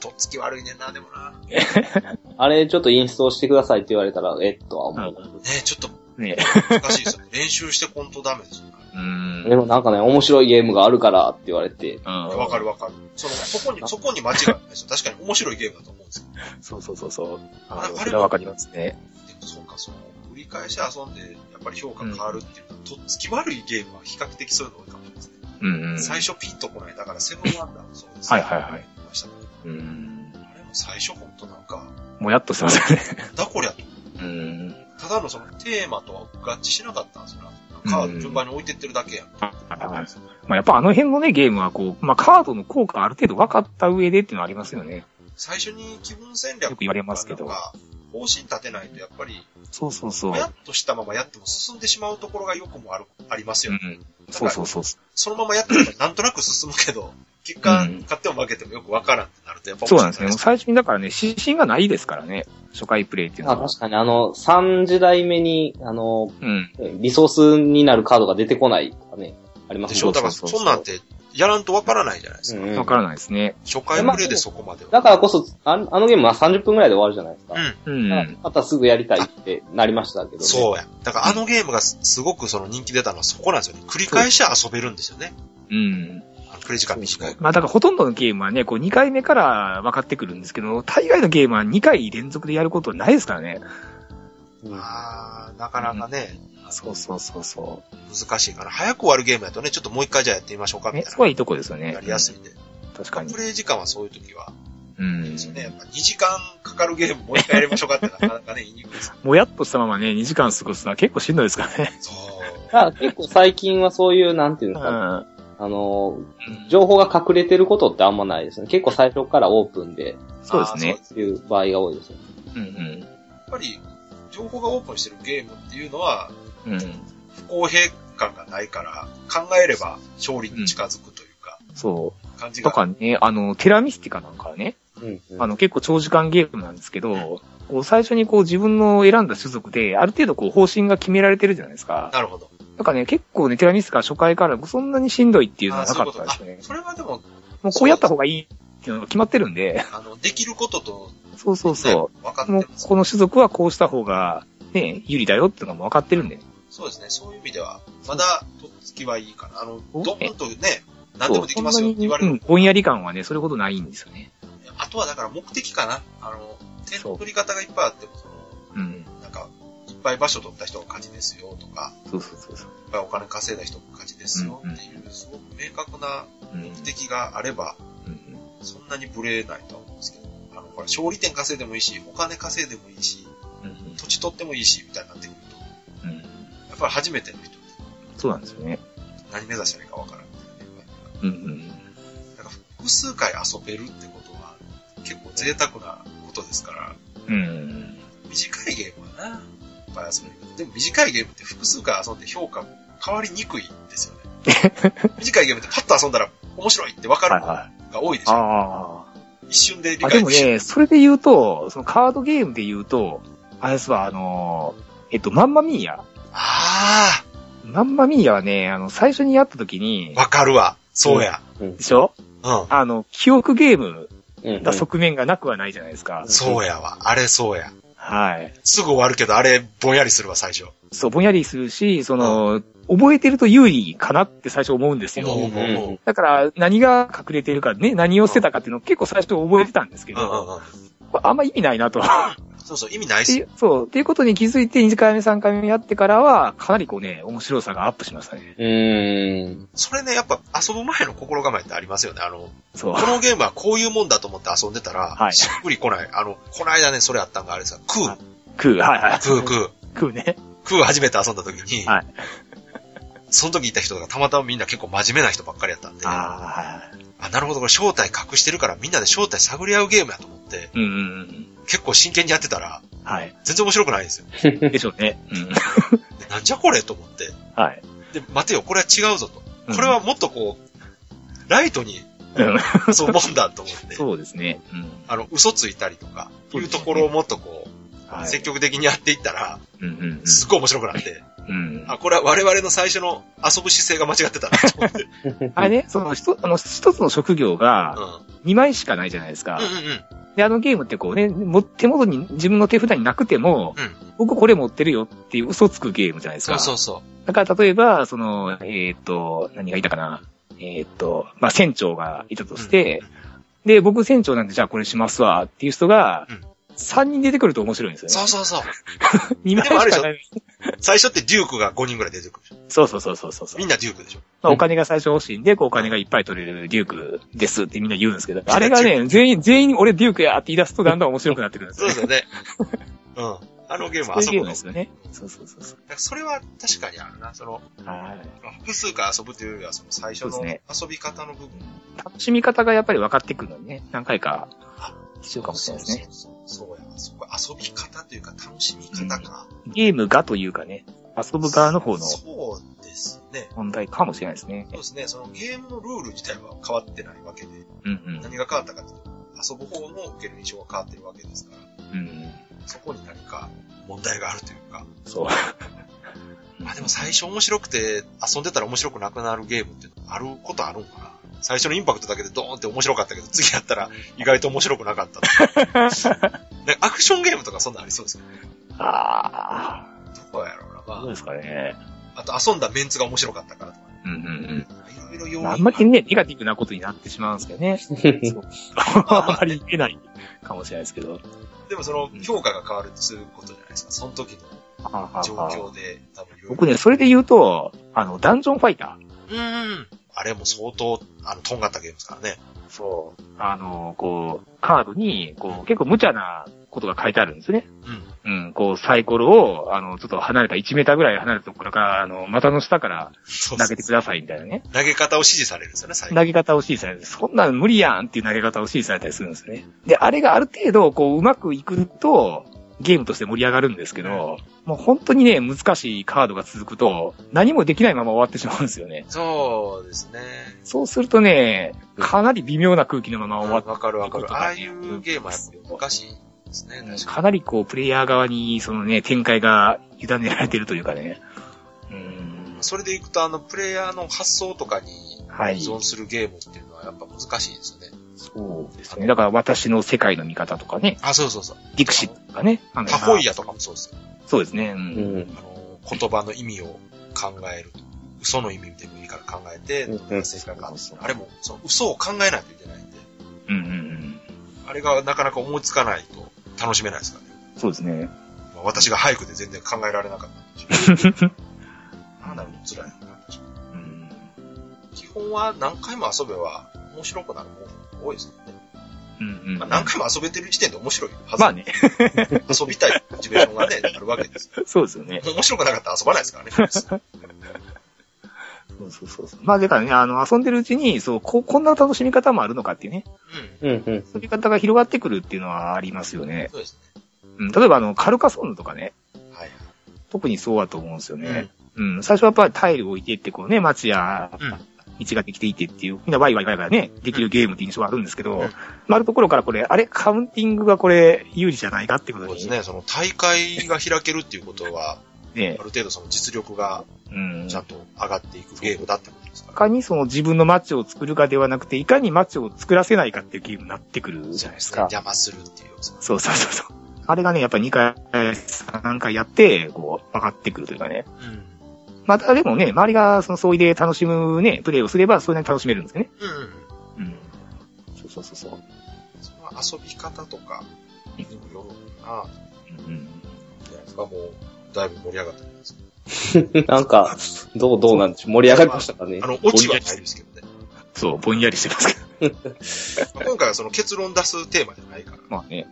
[SPEAKER 1] とっつき悪いねんな、でもな。ね
[SPEAKER 3] あれ、ちょっとインストしてくださいって言われたら、えっとは
[SPEAKER 2] うん。な
[SPEAKER 3] 思
[SPEAKER 2] る
[SPEAKER 3] う。
[SPEAKER 2] ほど
[SPEAKER 1] ちょっと
[SPEAKER 2] ね。
[SPEAKER 1] 難しい ですよね。練習してコントダメですよね。
[SPEAKER 2] うん。
[SPEAKER 3] でもなんかね、面白いゲームがあるからって言われて、
[SPEAKER 1] わ
[SPEAKER 2] わ
[SPEAKER 1] かる。わかる。その、そこに、そこに間違いないですよ。確かに面白いゲームだと思うんですけど。
[SPEAKER 2] そうそうそうそう。
[SPEAKER 1] あ
[SPEAKER 2] あ
[SPEAKER 1] れ
[SPEAKER 2] それはわかりますね。
[SPEAKER 1] でもそうか、その、繰り返し遊んで、やっぱり評価変わるっていうのは、とっつき悪いゲームは比較的そういうの多いかもしれないですね。
[SPEAKER 2] うんうん。
[SPEAKER 1] 最初ピンとこない。だから、セブンワンダーもそうです。
[SPEAKER 2] はいはいはい。
[SPEAKER 1] いましたけど
[SPEAKER 2] うん。
[SPEAKER 1] あれも最初ほんとなんか、
[SPEAKER 2] もやっとしてますよね。
[SPEAKER 1] なんだこりゃと。
[SPEAKER 2] うん。
[SPEAKER 1] ただのそのテーマとは合致しなかったんですよね。カード順番に置いてってるだけやん。
[SPEAKER 2] まあ、やっぱあの辺のね、ゲームはこう、まあカードの効果ある程度分かった上でっていうのはありますよね。
[SPEAKER 1] 最初に気分戦
[SPEAKER 2] よ
[SPEAKER 1] 略
[SPEAKER 2] く言われますけど
[SPEAKER 1] と。か方針立てないとやっぱり、
[SPEAKER 2] そうそうそう
[SPEAKER 1] ぼ。やっとしたままやっても進んでしまうところがよくもある、あります
[SPEAKER 2] う
[SPEAKER 1] よね。
[SPEAKER 2] ん、
[SPEAKER 1] だか
[SPEAKER 2] そう
[SPEAKER 1] ら
[SPEAKER 2] そうそう。
[SPEAKER 1] そのままやってたらなんとなく進むけど、結果、
[SPEAKER 2] うん
[SPEAKER 1] 勝っても負けてもよくわからんってなるとやっぱ
[SPEAKER 2] そうなんですね。
[SPEAKER 1] 面
[SPEAKER 2] もう
[SPEAKER 1] 白い
[SPEAKER 2] 最初にだからね、指針がないですからね。
[SPEAKER 1] で
[SPEAKER 2] 初回プレイっていう
[SPEAKER 3] まあ
[SPEAKER 2] のは。
[SPEAKER 3] 確かにあの、3時代目に、あの、
[SPEAKER 2] うん。
[SPEAKER 3] リソースになるカードが出てこないとかね、あります
[SPEAKER 1] でしょだから、そ
[SPEAKER 2] そ
[SPEAKER 1] う
[SPEAKER 2] そうそうん
[SPEAKER 1] なんて、やらんとわからないじゃないです
[SPEAKER 3] う
[SPEAKER 1] か。
[SPEAKER 3] んうん
[SPEAKER 2] わからないですね。
[SPEAKER 1] 初回プレイでそこまでは。
[SPEAKER 3] だからこそ、ああのゲームは30分くらいで終わるじゃないですか。
[SPEAKER 1] う
[SPEAKER 2] う
[SPEAKER 3] だから
[SPEAKER 2] ん。
[SPEAKER 3] またすぐやりたいってなりましたけど、
[SPEAKER 1] ん。そうや。だからあのゲームがすすごくその人気出たのはそこなんですよね。繰り返し遊べるんですよね。
[SPEAKER 2] うん。
[SPEAKER 1] あのプレイ時間短い。
[SPEAKER 2] まあだからほとんどのゲームはね、こう2回目から分かってくるんですけど、大概のゲームは2回連続でやることないですからね。
[SPEAKER 3] う。
[SPEAKER 1] あー、なかなかね、
[SPEAKER 2] そうそうそうそ
[SPEAKER 1] 難しいから。早く終わるゲームやとね、ちょっともう一回じゃあやってみましょうか、
[SPEAKER 2] う。ね、
[SPEAKER 1] みた
[SPEAKER 2] そこはいいいとこですよ
[SPEAKER 1] な。
[SPEAKER 2] ね
[SPEAKER 1] や。りやすいんで。
[SPEAKER 2] 確かに
[SPEAKER 1] プ。レイ時間はそういう時は、
[SPEAKER 2] うん。
[SPEAKER 1] ですよね。やっぱ2時間かかるゲームもう一回やりましょうかってなかなかね、言いにくいです。
[SPEAKER 2] もやっとしたままね、2時間過ごすのは結構しんどいですからね。
[SPEAKER 1] そう。
[SPEAKER 3] だから結構最近はそういう、なんていう
[SPEAKER 2] う
[SPEAKER 3] の
[SPEAKER 2] ん。
[SPEAKER 3] かな、
[SPEAKER 2] は
[SPEAKER 3] あの、情報が隠れてることってあんまないですね。結構最初からオープンで、
[SPEAKER 2] そうですね
[SPEAKER 1] あー
[SPEAKER 3] っていう場合が多いですよね。
[SPEAKER 2] うん
[SPEAKER 1] やっぱり、情報がオープンしてるゲームっていうのは、
[SPEAKER 2] うん。うん。
[SPEAKER 1] 不公平感がないから、考えれば勝利に近づくというか、
[SPEAKER 2] そ
[SPEAKER 1] 感
[SPEAKER 2] う。
[SPEAKER 1] じ
[SPEAKER 2] と
[SPEAKER 1] が。
[SPEAKER 2] かね、あの、テラミスティカなんかはね、
[SPEAKER 3] うん、うん。
[SPEAKER 2] あの、結構長時間ゲームなんですけど、こう最初にこう自分の選んだ種族で、ある程度こう方針が決められてるじゃないですか。
[SPEAKER 1] なるほど。
[SPEAKER 2] なんかね、結構ね、テラミスティカ初回からそんなにしんどいっていうの
[SPEAKER 1] あ
[SPEAKER 2] は
[SPEAKER 1] ー
[SPEAKER 2] な
[SPEAKER 1] そうい
[SPEAKER 2] か
[SPEAKER 1] うこ
[SPEAKER 2] った
[SPEAKER 1] と
[SPEAKER 2] で
[SPEAKER 1] か
[SPEAKER 2] す。ね。
[SPEAKER 1] それはでも、
[SPEAKER 2] もうこうやった方がいいっていうのが決まってるんで、
[SPEAKER 1] あの、できることと、
[SPEAKER 2] そうそうそ
[SPEAKER 1] ね分かっ
[SPEAKER 2] う。
[SPEAKER 1] て
[SPEAKER 2] もう
[SPEAKER 1] ます。
[SPEAKER 2] この種族はこうした方が、ね、有利だよっていうのも分かってるんでね。
[SPEAKER 1] そうですね。そういう意味では、まだ、とっつきはいいかな。あの、
[SPEAKER 2] そう
[SPEAKER 1] どんどんとね、何でもできますよって言われ
[SPEAKER 2] そう
[SPEAKER 1] る
[SPEAKER 2] そんなにうん、ぼんやり感はね、それほどないんですよね。
[SPEAKER 1] あとはだから目的かな。あの、点の取り方がいっぱいあっても、その、
[SPEAKER 2] うん。
[SPEAKER 1] なんか、いっぱい場所取った人が勝ちですよとか、
[SPEAKER 2] そうそうそうそう。
[SPEAKER 1] いっぱいお金稼いだ人が勝ちですよっていう、すごく明確な
[SPEAKER 2] うん。う
[SPEAKER 1] 目的があれば、
[SPEAKER 2] ん
[SPEAKER 1] そんなにブレないとは思うんですけど、あの、ほら、勝利点稼いでもいいし、お金稼いでもいいし、
[SPEAKER 2] うん
[SPEAKER 1] 土地取ってもいいし、みたいになってくると、
[SPEAKER 2] うん
[SPEAKER 1] やっぱり初めての人って
[SPEAKER 2] そうなんですよね。
[SPEAKER 1] 何目指したらいいかわからんみたいなね。
[SPEAKER 2] うんうん。
[SPEAKER 1] なんか複数回遊べるってことは、結構贅沢なことですから、
[SPEAKER 2] うん。
[SPEAKER 1] 短いゲームはな、いっぱい遊べるけど。でも短いゲームって複数回遊んで評価変わりにくいんですよね。 短いゲームってパッと遊んだら面白いってわか
[SPEAKER 2] はい
[SPEAKER 1] る
[SPEAKER 2] はい。
[SPEAKER 1] のが多いでしょ。
[SPEAKER 2] あ
[SPEAKER 1] 一瞬で理
[SPEAKER 2] あ。あ、で
[SPEAKER 1] 解
[SPEAKER 2] も
[SPEAKER 1] できる。
[SPEAKER 2] ね、それで言うと、そのカードゲームで言うと、あれですわ、あのー、えっと、マンマミーヤ。
[SPEAKER 1] あ
[SPEAKER 2] マンマミーヤはね、あの、最初にやった時に
[SPEAKER 1] あ、、わかるわ。そうや。
[SPEAKER 2] でしょ
[SPEAKER 1] うん。
[SPEAKER 2] あの、記憶ゲーム
[SPEAKER 3] うんうん
[SPEAKER 2] な側面がなくはないじゃないですか。
[SPEAKER 1] そうやわ。あれそうや。
[SPEAKER 2] はい。
[SPEAKER 1] すぐ終わるけど、あれぼんやりするわ、最初。
[SPEAKER 2] そう、ぼんやりするし、その、覚えてると有利かなって最初思うんですよ。
[SPEAKER 1] 思う思う思う。
[SPEAKER 2] だから、何が隠れてるかね、何を捨てたかっていうのを結構最初覚えてたんですけ
[SPEAKER 1] うんうん
[SPEAKER 2] ど、
[SPEAKER 1] うん。
[SPEAKER 2] これあんま意味ないなと。
[SPEAKER 1] そうそう、意味ないっ
[SPEAKER 2] って
[SPEAKER 1] す
[SPEAKER 2] いうそう、っていうことに気づいて2回目3回目やってからは、かなりこうね、面白さがアップしましたね。
[SPEAKER 3] うーん。
[SPEAKER 1] それね、やっぱ遊ぶ前の心構えってありますよね。あの、
[SPEAKER 2] そう。
[SPEAKER 1] このゲームはこういうもんだと思って遊んでたら、
[SPEAKER 2] はい
[SPEAKER 1] しっくり来ない。あの、この間ね、それあったんがあれさ、クー、
[SPEAKER 2] 食う、はいはい。
[SPEAKER 1] クー、クー、
[SPEAKER 2] 食うね。
[SPEAKER 1] クー初めて遊んだ時に、
[SPEAKER 2] はい
[SPEAKER 1] その時いた人がたまたまみんな結構真面目な人ばっかりやったんで、あ
[SPEAKER 2] ああ、
[SPEAKER 1] なるほど、これ正体隠してるからみんなで正体探り合うゲームやと思って、
[SPEAKER 2] うんうんうん。
[SPEAKER 1] 結構真剣にやってたら、
[SPEAKER 2] はい。
[SPEAKER 1] 全然面白くないんですよ。
[SPEAKER 2] でしょうね。うん。
[SPEAKER 1] でなんじゃこれと思って、
[SPEAKER 2] はい。
[SPEAKER 1] で、待てよ、これは違うぞと。
[SPEAKER 2] うん
[SPEAKER 1] これはもっとこう、ライトに
[SPEAKER 2] うん
[SPEAKER 1] 遊ぶもんだと思って、
[SPEAKER 2] そうですね。うん。
[SPEAKER 1] あの、嘘ついたりとか、
[SPEAKER 2] そ
[SPEAKER 1] いう
[SPEAKER 2] で
[SPEAKER 1] う
[SPEAKER 2] すね
[SPEAKER 1] ところをもっとこう、
[SPEAKER 2] はい。
[SPEAKER 1] 積極的にやっていったら、
[SPEAKER 2] うんうん
[SPEAKER 1] すっごい面白くなって、
[SPEAKER 2] うん。うん。
[SPEAKER 1] あ、これは我々の最初の遊ぶ姿勢が間違ってたなと思 って。
[SPEAKER 2] あれね、その、ひとあの一つの職業
[SPEAKER 1] う
[SPEAKER 2] が
[SPEAKER 1] ん。
[SPEAKER 2] 2枚しかないじゃないですか。
[SPEAKER 1] うんうんうん。
[SPEAKER 2] で、あのゲームってこうね、も手元に、自分の手札になくても、
[SPEAKER 1] うん
[SPEAKER 2] 僕これ持ってるよっていう嘘つくゲームじゃないです
[SPEAKER 1] そ
[SPEAKER 2] か。
[SPEAKER 1] うそうそ
[SPEAKER 2] だから例えば、その、えーっ、と、何がいたかな。えーっ、と、まあ、船長がいたと
[SPEAKER 1] う。
[SPEAKER 2] して、で、僕船長なんでじゃあこれしますわっていう人が
[SPEAKER 1] うん、
[SPEAKER 2] 3人出てくると面白いんです
[SPEAKER 1] うん、
[SPEAKER 2] よ
[SPEAKER 1] そ
[SPEAKER 2] ね
[SPEAKER 1] う。そうそう。
[SPEAKER 2] 2枚
[SPEAKER 1] でもある
[SPEAKER 2] し
[SPEAKER 1] でし
[SPEAKER 2] か
[SPEAKER 1] ょ
[SPEAKER 2] ない。
[SPEAKER 1] 最初ってデュークが5人ぐらい出てくるでしょ。
[SPEAKER 2] そうそうそうそうそうそう
[SPEAKER 1] み。んなデュークでしょ。
[SPEAKER 2] まあお金が最初欲しいんで、こうお金がいっぱい取れるデュークですってみんな言うんですけど、あれがね、全員、全員俺デュークやって言い出すとだんだん面白くなってくるんです
[SPEAKER 1] そう
[SPEAKER 2] よ
[SPEAKER 1] ですよね。うん。あのゲームは
[SPEAKER 2] そう
[SPEAKER 1] 遊ぶ
[SPEAKER 2] いうゲーム
[SPEAKER 1] の。
[SPEAKER 2] ですよね。そうそうそうそう。
[SPEAKER 1] それは確かにあるな。その、
[SPEAKER 2] はい。
[SPEAKER 1] 複数回遊ぶというよりは、その最初
[SPEAKER 2] そ
[SPEAKER 1] の
[SPEAKER 2] うで
[SPEAKER 1] 遊び方の部分。
[SPEAKER 2] 楽しみ方がやっぱり分かってくるのにね、何回か必要かもしれないですね。
[SPEAKER 1] そうそうそうそうやわ。そこ遊び方というか楽しみ方か。
[SPEAKER 2] ゲームがというかね、遊ぶ側の方の
[SPEAKER 1] そうですね。
[SPEAKER 2] 問題かもしれないですね
[SPEAKER 1] そう。ですね。そのゲームのルール自体は変わってないわけで、
[SPEAKER 2] うんうん。
[SPEAKER 1] 何が変わったかというと、遊ぶ方の受ける印象が変わってるわけですから、
[SPEAKER 2] うん
[SPEAKER 1] そこに何か問題があるというか、
[SPEAKER 2] そう。
[SPEAKER 1] まあでも最初面白くて、遊んでたら面白くなくなるゲームってあることあるんかな最初のインパクトだけでドーンって面白かったけど、次やったら意外と面白くなかったとか。 なんかアクションゲームとかそんなんありそうですけ
[SPEAKER 2] ああ、
[SPEAKER 1] ど、どこやろうな。
[SPEAKER 2] どう
[SPEAKER 1] ま
[SPEAKER 2] ですかね。
[SPEAKER 1] あ、あと遊んだメンツが面白かったからとか、
[SPEAKER 2] うんうん
[SPEAKER 1] いろいろ
[SPEAKER 2] う
[SPEAKER 1] 要
[SPEAKER 2] ん。
[SPEAKER 1] 因
[SPEAKER 2] あんまりね、ネガティブなことになってしまうんですけ どね。そうあんまり出ないかもしれないですけ ど。
[SPEAKER 1] でもその評価が変わるってそういうことじゃないですか。その時の状況で、多分いろいろ
[SPEAKER 2] 僕ね、それで言うと、あの、ダンジョンファイタ
[SPEAKER 1] うん。あれも相当、あの、とんがったゲームですからね。
[SPEAKER 2] ー。そう。あの、こう、カードに、こう、結構無茶なことが書いてあるんですね。
[SPEAKER 1] うん。
[SPEAKER 2] うん、こう、サイコロを、あの、ちょっと離れた、1メーターぐらい離れたところから、あの、股の下から
[SPEAKER 1] そう
[SPEAKER 2] 投げてくださいみたいなね。
[SPEAKER 1] 投げ方を指示されるんですよね、最後。
[SPEAKER 2] 投げ方を指示されて、そんなの無理やんっていう投げ方を指示されたりするんですね。で、あれがある程度、こう、うまくいくと、ゲームとして盛り上がるんですけど、もう本当にね、難しいカードが続くと、何もできないまま終わってしまうんですよね。
[SPEAKER 1] そうですね。
[SPEAKER 2] そうするとね、かなり微妙な空気のまま終わっ
[SPEAKER 1] わかるわかる。
[SPEAKER 2] いいことだね
[SPEAKER 1] ああいうゲームはやっぱ難しいですね、確か
[SPEAKER 2] かなりこう、プレイヤー側に、そのね、展開が委ねられてるというかね。う
[SPEAKER 1] に。。
[SPEAKER 2] ん
[SPEAKER 1] それでいくと、あの、プレイヤーの発想とかに
[SPEAKER 2] はい。
[SPEAKER 1] 依存するゲームっていうのはやっぱ難しいですよね。
[SPEAKER 2] そうですね。だから私の世界の見方とかね、
[SPEAKER 1] あ、そうそうそう。
[SPEAKER 2] ディクシッとかね。あの
[SPEAKER 1] タフォイヤとかもそうですよ。
[SPEAKER 2] そうですね。う。
[SPEAKER 3] うんん。
[SPEAKER 1] あの、言葉の意味を考えると。嘘の意味でもいいから考えて、どんな正解か。あれも、その嘘を考えないといけないんで。
[SPEAKER 2] うんうんうん。
[SPEAKER 1] あれがなかなか思いつかないと楽しめないですからね。
[SPEAKER 2] そうですね。
[SPEAKER 1] まあ私が俳句で全然考えられなかった んでしょ。なんだろう、辛いな。
[SPEAKER 2] うん。
[SPEAKER 1] 基本は何回も遊べば面白くなるもん多いですよね。
[SPEAKER 2] うんうん。
[SPEAKER 1] まあ、何回も遊べてる時点で面白いはず。
[SPEAKER 2] まあね。
[SPEAKER 1] 遊びたいモチベーションがね、あるわけです。
[SPEAKER 2] そうですよね。
[SPEAKER 1] 面白くなかったら遊ばないで すからね。普通
[SPEAKER 2] そうそうそうそう。まあ、だからね、あの、遊んでるうちに、そう、こ、こんな楽しみ方もあるのかっていうね。
[SPEAKER 1] うん。
[SPEAKER 3] うんうん。
[SPEAKER 2] 遊び方が広がってくるっていうのはありますよね。
[SPEAKER 1] そうです
[SPEAKER 2] うん。例えば、あの、カルカソンヌとかね。
[SPEAKER 1] ね。はい
[SPEAKER 2] 特にそうだと思うんですよ
[SPEAKER 1] はい。
[SPEAKER 2] ね。うん。最初はやっぱりタイルを置いていって、こうね、街や
[SPEAKER 1] うん。うん。
[SPEAKER 2] 道ができていてっていう、みんなワイワイワイワイね、できるゲームって印象があるんですけど、
[SPEAKER 1] うん
[SPEAKER 2] まあ、あるところからこれ、あれ、カウンティングがこれ、有利じゃないかってこ
[SPEAKER 1] そ
[SPEAKER 2] と
[SPEAKER 1] うで
[SPEAKER 2] に
[SPEAKER 1] すね。その大会が開けるっていうことは、あ
[SPEAKER 2] ね
[SPEAKER 1] る。程度その実力が
[SPEAKER 2] うん。
[SPEAKER 1] ちゃんと上がっていくゲームだってことですか
[SPEAKER 2] いかにその自分の街を作るかではなくて、いかに街を作らせないかっていうゲームになってくる
[SPEAKER 1] ら。
[SPEAKER 2] じゃないです
[SPEAKER 1] ね
[SPEAKER 2] か。
[SPEAKER 1] 邪魔するっていう要素。
[SPEAKER 2] そうそうそうそう。あれがね、やっぱり2回、3回やって、こう、上がってくるというかね。
[SPEAKER 1] うん。
[SPEAKER 2] また、でもね、周りがその相違で楽しむね、プレイをすれば、それなりに楽しめるんですよね。
[SPEAKER 1] うん。
[SPEAKER 2] うん。そうそうそうそう。
[SPEAKER 1] その遊び方とかにもよるのかな
[SPEAKER 2] うん。
[SPEAKER 1] じゃないですか。もう、だいぶ盛り上がったじゃないですか。
[SPEAKER 3] なんか、どう、どうなんでしょう。盛り上がりましたかね。
[SPEAKER 1] あの、オチはないですけどね。
[SPEAKER 2] そう、ぼんやりしてますけど。
[SPEAKER 1] まあ今回はその結論出すテーマじゃないから。
[SPEAKER 2] まあね。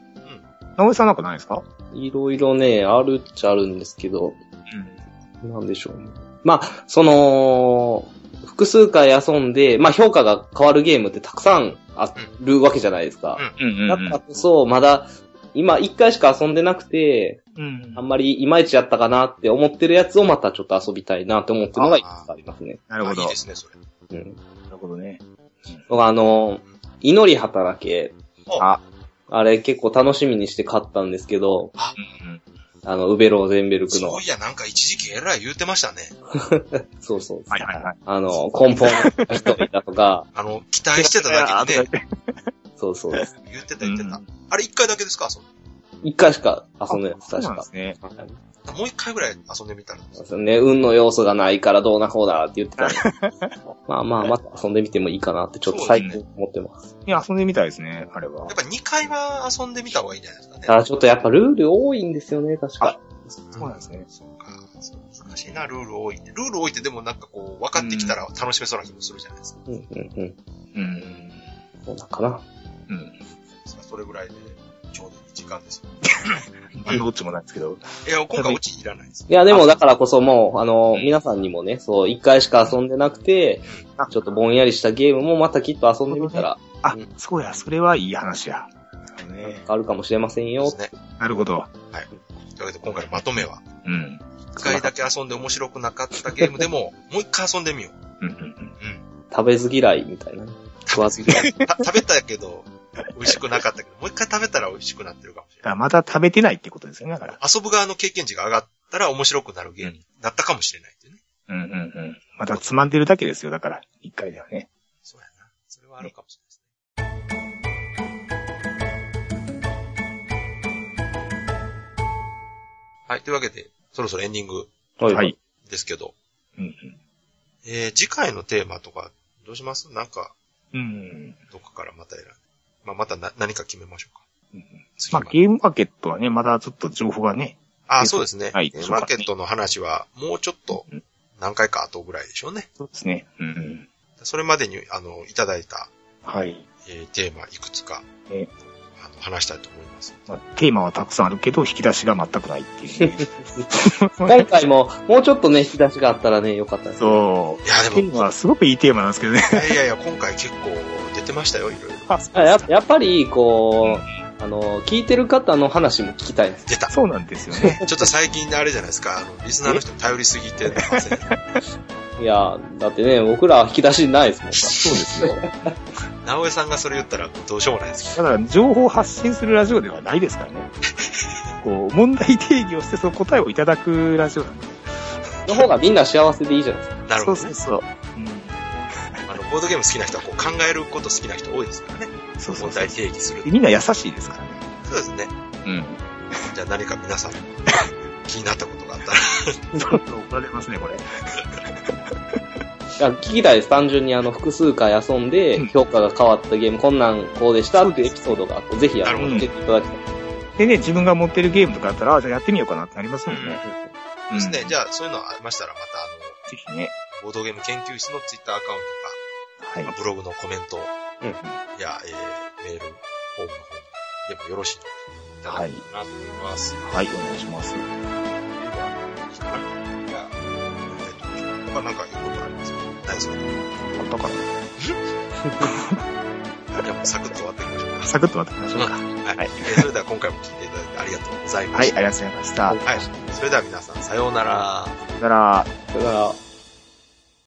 [SPEAKER 2] 直江さんなんかないですか
[SPEAKER 3] いろいろね、あるっちゃあるんですけど、
[SPEAKER 2] う
[SPEAKER 3] なんでしょうね。まあ、その、複数回遊んで、まあ評価が変わるゲームってたくさんあるわけじゃないですか。
[SPEAKER 2] ん。うん
[SPEAKER 3] だからこそ、まだ、今一回しか遊んでなくて、
[SPEAKER 2] うん
[SPEAKER 3] あんまりいまいちやったかなって思ってるやつをまたちょっと遊びたいなって思ってるのがいくつかありますね。
[SPEAKER 2] なるほ
[SPEAKER 1] あい
[SPEAKER 2] ど。
[SPEAKER 1] いで
[SPEAKER 2] な
[SPEAKER 1] すね、それ。
[SPEAKER 3] うん。
[SPEAKER 2] るほどね。
[SPEAKER 3] 僕あの、祈り働け、
[SPEAKER 1] あ、
[SPEAKER 2] あ、
[SPEAKER 3] あれ結構楽しみにして買ったんですけど、
[SPEAKER 2] うん
[SPEAKER 3] あの、ウベローゼンベルクの
[SPEAKER 1] そう、いや、なんか一時期えらい言うてましたね。
[SPEAKER 3] そうそう。
[SPEAKER 2] はいはいはい。
[SPEAKER 3] あの、根本の人だとか、
[SPEAKER 1] あの、期待してただけでね、
[SPEAKER 3] そうそう。
[SPEAKER 1] 言ってた言ってた。あれ一回だけですか遊ん
[SPEAKER 3] 一回しか遊んでないです、
[SPEAKER 2] そうな
[SPEAKER 3] 確
[SPEAKER 2] んで
[SPEAKER 3] か。
[SPEAKER 2] すね。
[SPEAKER 3] はい
[SPEAKER 1] だもう一回ぐらい遊んでみたら。
[SPEAKER 3] そうですよね、運の要素がないからどうなこうだって言ってたんで。 まあまあ、また遊んでみてもいいかなってちょっと最近思ってます。
[SPEAKER 2] いや、遊んでみたいですね、あれは
[SPEAKER 1] やっ。ぱ二回は遊んでみた方がいいんじゃないですかね。
[SPEAKER 3] ただちょっとやっぱルール多いんですよね、確か。
[SPEAKER 2] そうなんですね。
[SPEAKER 1] そうか。そう難しいな、ルール多いって。ルール多いってでもなんかこう、分かってきたら楽しめそうな気もするじゃないですか。
[SPEAKER 3] うんうんうん。
[SPEAKER 2] うん。
[SPEAKER 3] そうなんかな。
[SPEAKER 2] うん。
[SPEAKER 1] それぐらいで、ちょうどいい時間ですよ。
[SPEAKER 2] あどっちもないですけど。
[SPEAKER 1] いや、今回オチいらないです。
[SPEAKER 3] いや、でもだからこそもう、あの、
[SPEAKER 2] うん
[SPEAKER 3] 皆さんにもね、そう、一回しか遊んでなくて
[SPEAKER 2] あ、
[SPEAKER 3] ちょっとぼんやりしたゲームもまたきっと遊んでみたら、
[SPEAKER 2] あ、そうや、それはいい話や。
[SPEAKER 1] ね
[SPEAKER 3] あるかもしれません
[SPEAKER 1] そうで
[SPEAKER 3] よ
[SPEAKER 1] す。ね。
[SPEAKER 2] なるほど。
[SPEAKER 1] というわけで今回のまとめは、
[SPEAKER 2] うん。
[SPEAKER 1] 一回だけ遊んで面白くなかったゲームで も、もう一回遊んでみよう。
[SPEAKER 2] うんうんうん。
[SPEAKER 1] うん。
[SPEAKER 3] 食べず嫌いみたいなね。食わず嫌い。
[SPEAKER 1] た食べたけど、美味しくなかったけど、もう一回食べたら美味しくなってるかもしれな
[SPEAKER 2] だからまた食べてないってことですよね、だから
[SPEAKER 1] い。。遊ぶ側の経験値が上がったら面白くなるゲームになったかもしれないっていうね。
[SPEAKER 2] うんうんうん。またつまんでるだけですよ、だから。一回ではね。
[SPEAKER 1] そうやな。それはあるかもしれないですね。はい。というわけで、そろそろエンディング
[SPEAKER 3] はい
[SPEAKER 2] はい。
[SPEAKER 1] ですけど、
[SPEAKER 2] うん
[SPEAKER 1] えー、次回のテーマとか、どうしますなんか、
[SPEAKER 2] うん。うん。
[SPEAKER 1] どっかからまた選んで。まあ、またな、何か決めましょうか。
[SPEAKER 2] うん
[SPEAKER 1] 次
[SPEAKER 2] まあ
[SPEAKER 1] は。
[SPEAKER 2] ゲームマーケットはね、まだちょっと情報がね。
[SPEAKER 1] ああ、そうですね。
[SPEAKER 2] はい
[SPEAKER 1] えーマーケットの話は、もうちょっと
[SPEAKER 2] うん、
[SPEAKER 1] 何回か後ぐらいでしょうね。
[SPEAKER 2] そうですね。うんうん。
[SPEAKER 1] それまでに、あの、いただいた、
[SPEAKER 2] はい。
[SPEAKER 1] えーテーマいくつか、
[SPEAKER 2] え
[SPEAKER 1] あの話したいと思います。
[SPEAKER 2] まあ、テーマはたくさんあるけど、引き出しが全くないっていう ね。
[SPEAKER 3] 今回も、もうちょっとね、引き出しがあったらね、よかったです。
[SPEAKER 2] そう。
[SPEAKER 1] いや、
[SPEAKER 2] テ
[SPEAKER 1] で
[SPEAKER 2] ー
[SPEAKER 1] も、
[SPEAKER 2] マはすごくいいテーマなんですけどね。
[SPEAKER 1] いやいやいや、今回結構出てましたよ、いろいろ。
[SPEAKER 2] あ、そ
[SPEAKER 3] あややっぱり、こう、あの、聞いてる方の話も聞きたいです。
[SPEAKER 1] 出た。
[SPEAKER 2] そうなんですよ ね。
[SPEAKER 1] ちょっと最近あれじゃないですか、あの、リスナーの人頼りすぎてません。
[SPEAKER 3] いや、だってね、僕らは引き出しないですもん。
[SPEAKER 2] そうですよ。
[SPEAKER 1] 直江さんがそれ言ったらどうしようもないです
[SPEAKER 2] だから、情報を発信するラジオではないですからね。こう、問題定義をして、その答えをいただくラジオなんで。
[SPEAKER 3] の方がみんな幸せでいいじゃないです
[SPEAKER 1] け
[SPEAKER 3] か。
[SPEAKER 1] ど。なるほど
[SPEAKER 2] そう
[SPEAKER 1] ね。
[SPEAKER 2] そうそう。
[SPEAKER 1] あの、ボードゲーム好きな人はこう考えること好きな人多いですからね。
[SPEAKER 2] うん、そうそ
[SPEAKER 1] 問
[SPEAKER 2] うそう
[SPEAKER 1] 題。定義する。
[SPEAKER 2] みんな優しいですからね。
[SPEAKER 1] そうですね。
[SPEAKER 2] うん。
[SPEAKER 1] じゃあ何か皆さん、気になったことがあったら、
[SPEAKER 2] ちょっと怒られますね、これ。
[SPEAKER 3] いや聞きたいです。単純にあの、複数回遊ん
[SPEAKER 2] うん
[SPEAKER 3] で、評価が変わったゲーム、こんなんこうでしたっていうエピソードがあって、ぜひ、あ
[SPEAKER 1] なる
[SPEAKER 3] の、
[SPEAKER 1] ほ
[SPEAKER 2] ど
[SPEAKER 3] 教えていただきたい。
[SPEAKER 2] でね、自分が持ってるゲームとかあったら、あじゃあやってみようかなってなりますもんね。う
[SPEAKER 1] ですね。
[SPEAKER 2] ぜ
[SPEAKER 1] じゃあそういうのありましたら、またあの、
[SPEAKER 2] ひね。
[SPEAKER 1] ボードゲーム研究室のツイッターアカウントか、
[SPEAKER 2] はい
[SPEAKER 1] まあ。ブログのコメント、
[SPEAKER 3] うん
[SPEAKER 1] や、えー、メール、フォームの方にでもよろしいのでいただけたらなと思います。
[SPEAKER 2] はい、お願いします。
[SPEAKER 1] ではいいかなじゃあ、えっと、他なんか言うことありますか大丈夫
[SPEAKER 2] だから、
[SPEAKER 1] じゃあもうサクッと終わっていきましょうか。
[SPEAKER 2] サクッと渡りましょうか。
[SPEAKER 1] はい、
[SPEAKER 2] は
[SPEAKER 1] え
[SPEAKER 2] い
[SPEAKER 1] ーそれでは今回も聞いていただいてありがとうございま
[SPEAKER 2] はい、
[SPEAKER 1] し
[SPEAKER 2] ありがとうございました。
[SPEAKER 1] た。はい。それでは皆さん、さようなら。
[SPEAKER 2] さよなら。
[SPEAKER 3] だから、